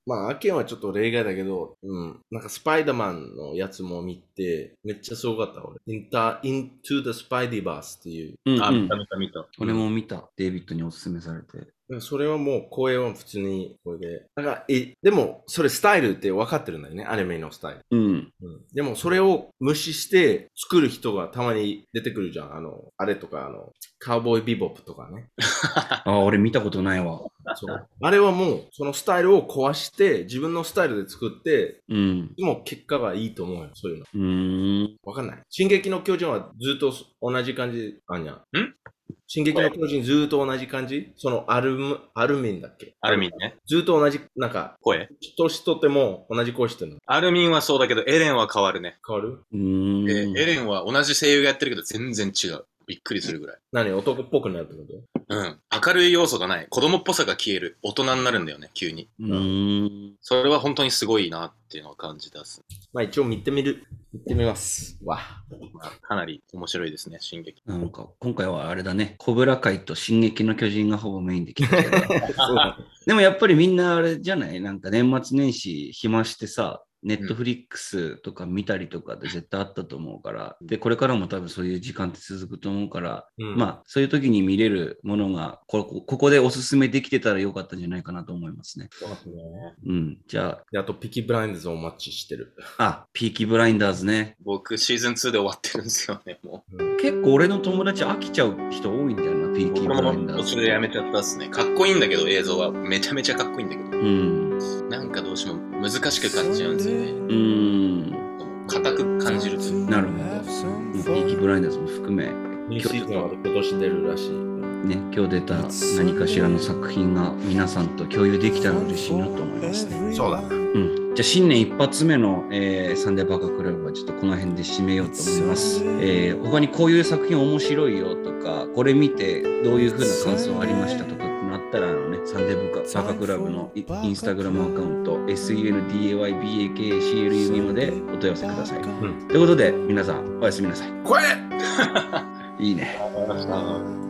S3: まあ、アケンはちょっと例外だけど、うん、なんかスパイダーマンのやつも見て、めっちゃすごかった、俺。インター、イントゥー e スパイディバースっていう。
S1: うん、
S2: あ、
S1: う
S2: 見
S1: ん
S2: た。見た見た。
S1: 俺も見た。デイビッドにおすすめされて。
S3: だからそれはもう声は普通にこれで。だから、え、でも、それスタイルって分かってるんだよね、アニメのスタイル。
S1: うん。
S3: うん。でも、それを無視して作る人がたまに出てくるじゃん。あの、あれとか、あの、カウボーイビボップとかね。
S1: あ、俺見たことないわ。
S3: そう。あれはもう、そのスタイルを壊して、自分のスタイルで作って、
S1: うん。
S3: でも結果がいいと思うよ、そういうの。
S1: うーん。
S3: わかんない。進撃の巨人はずっと同じ感じ、あんにゃん。
S2: ん
S3: 進撃の巨人ずっと同じ感じそのアルム、アルミンだっけ
S2: アルミンね。
S3: ずっと同じ、なんか、
S2: 声。
S3: 年とっても同じ声してるの。
S2: アルミンはそうだけど、エレンは変わるね。
S3: 変わる
S1: う
S2: え
S1: ーん
S2: エレンは同じ声優がやってるけど、全然違う。びっくりするぐらい。
S3: 何男っぽくなるってこと
S2: うん。明るい要素がない。子供っぽさが消える。大人になるんだよね、急に。
S1: うーん
S2: それは本当にすごいなっていうのを感じ出す。
S3: まあ一応見てみる。見てみます。わ。
S2: まあ、かなり面白いですね、進撃。
S1: なんか今回はあれだね、コブラ界と進撃の巨人がほぼメインで来たけど
S3: そうだね
S1: でもやっぱりみんなあれじゃないなんか年末年始暇してさ、ネットフリックスとか見たりとかで絶対あったと思うから、で、これからも多分そういう時間って続くと思うから、
S3: うん、
S1: まあそういう時に見れるものがここ、ここでおすすめできてたらよかったんじゃないかなと思いますね。
S3: そうですね。
S1: うん。じゃ
S3: で、あと、ピキブラインドズをお待ちしてる。
S1: あ、あ、ピーキーブラインダーズね。
S2: 僕、シーズン2で終わってるんですよね、も
S1: 結構俺の友達飽きちゃう人多いんだよな、ピー
S2: う。
S1: キ
S2: 僕
S1: ーブラインダ
S2: も
S1: ー
S2: 途
S1: ズ。
S2: 中でやめちゃったっすね。かっこいいんだけど、映像は。めちゃめちゃかっこいいんだけど。
S1: うん。
S2: なんかどうしても難しく感じちゃうんですよね。
S1: うーん。
S2: 硬く感じるという
S1: なるほど。ピーキーブラインダーズも含め、
S3: ニューシーズンは今年出るらしい。
S1: ね、今日出た何かしらの作品が皆さんと共有できたら嬉しいなと思いますね。
S3: そうだな。
S1: うん、じゃあ新年一発目の、えーサンデーバカクラブはちょっとこの辺で締めようと思います。えー他にこういう作品面白いよとかこれ見てどういう風な感想ありましたとかってなったらあの、ね、サンデーバカバカクラブのイインスタグラムアカウント SUNDAYBAKCLUB までお問い合わせください。 ということで皆さんおやすみなさい。
S3: これ
S1: いいね。
S2: か。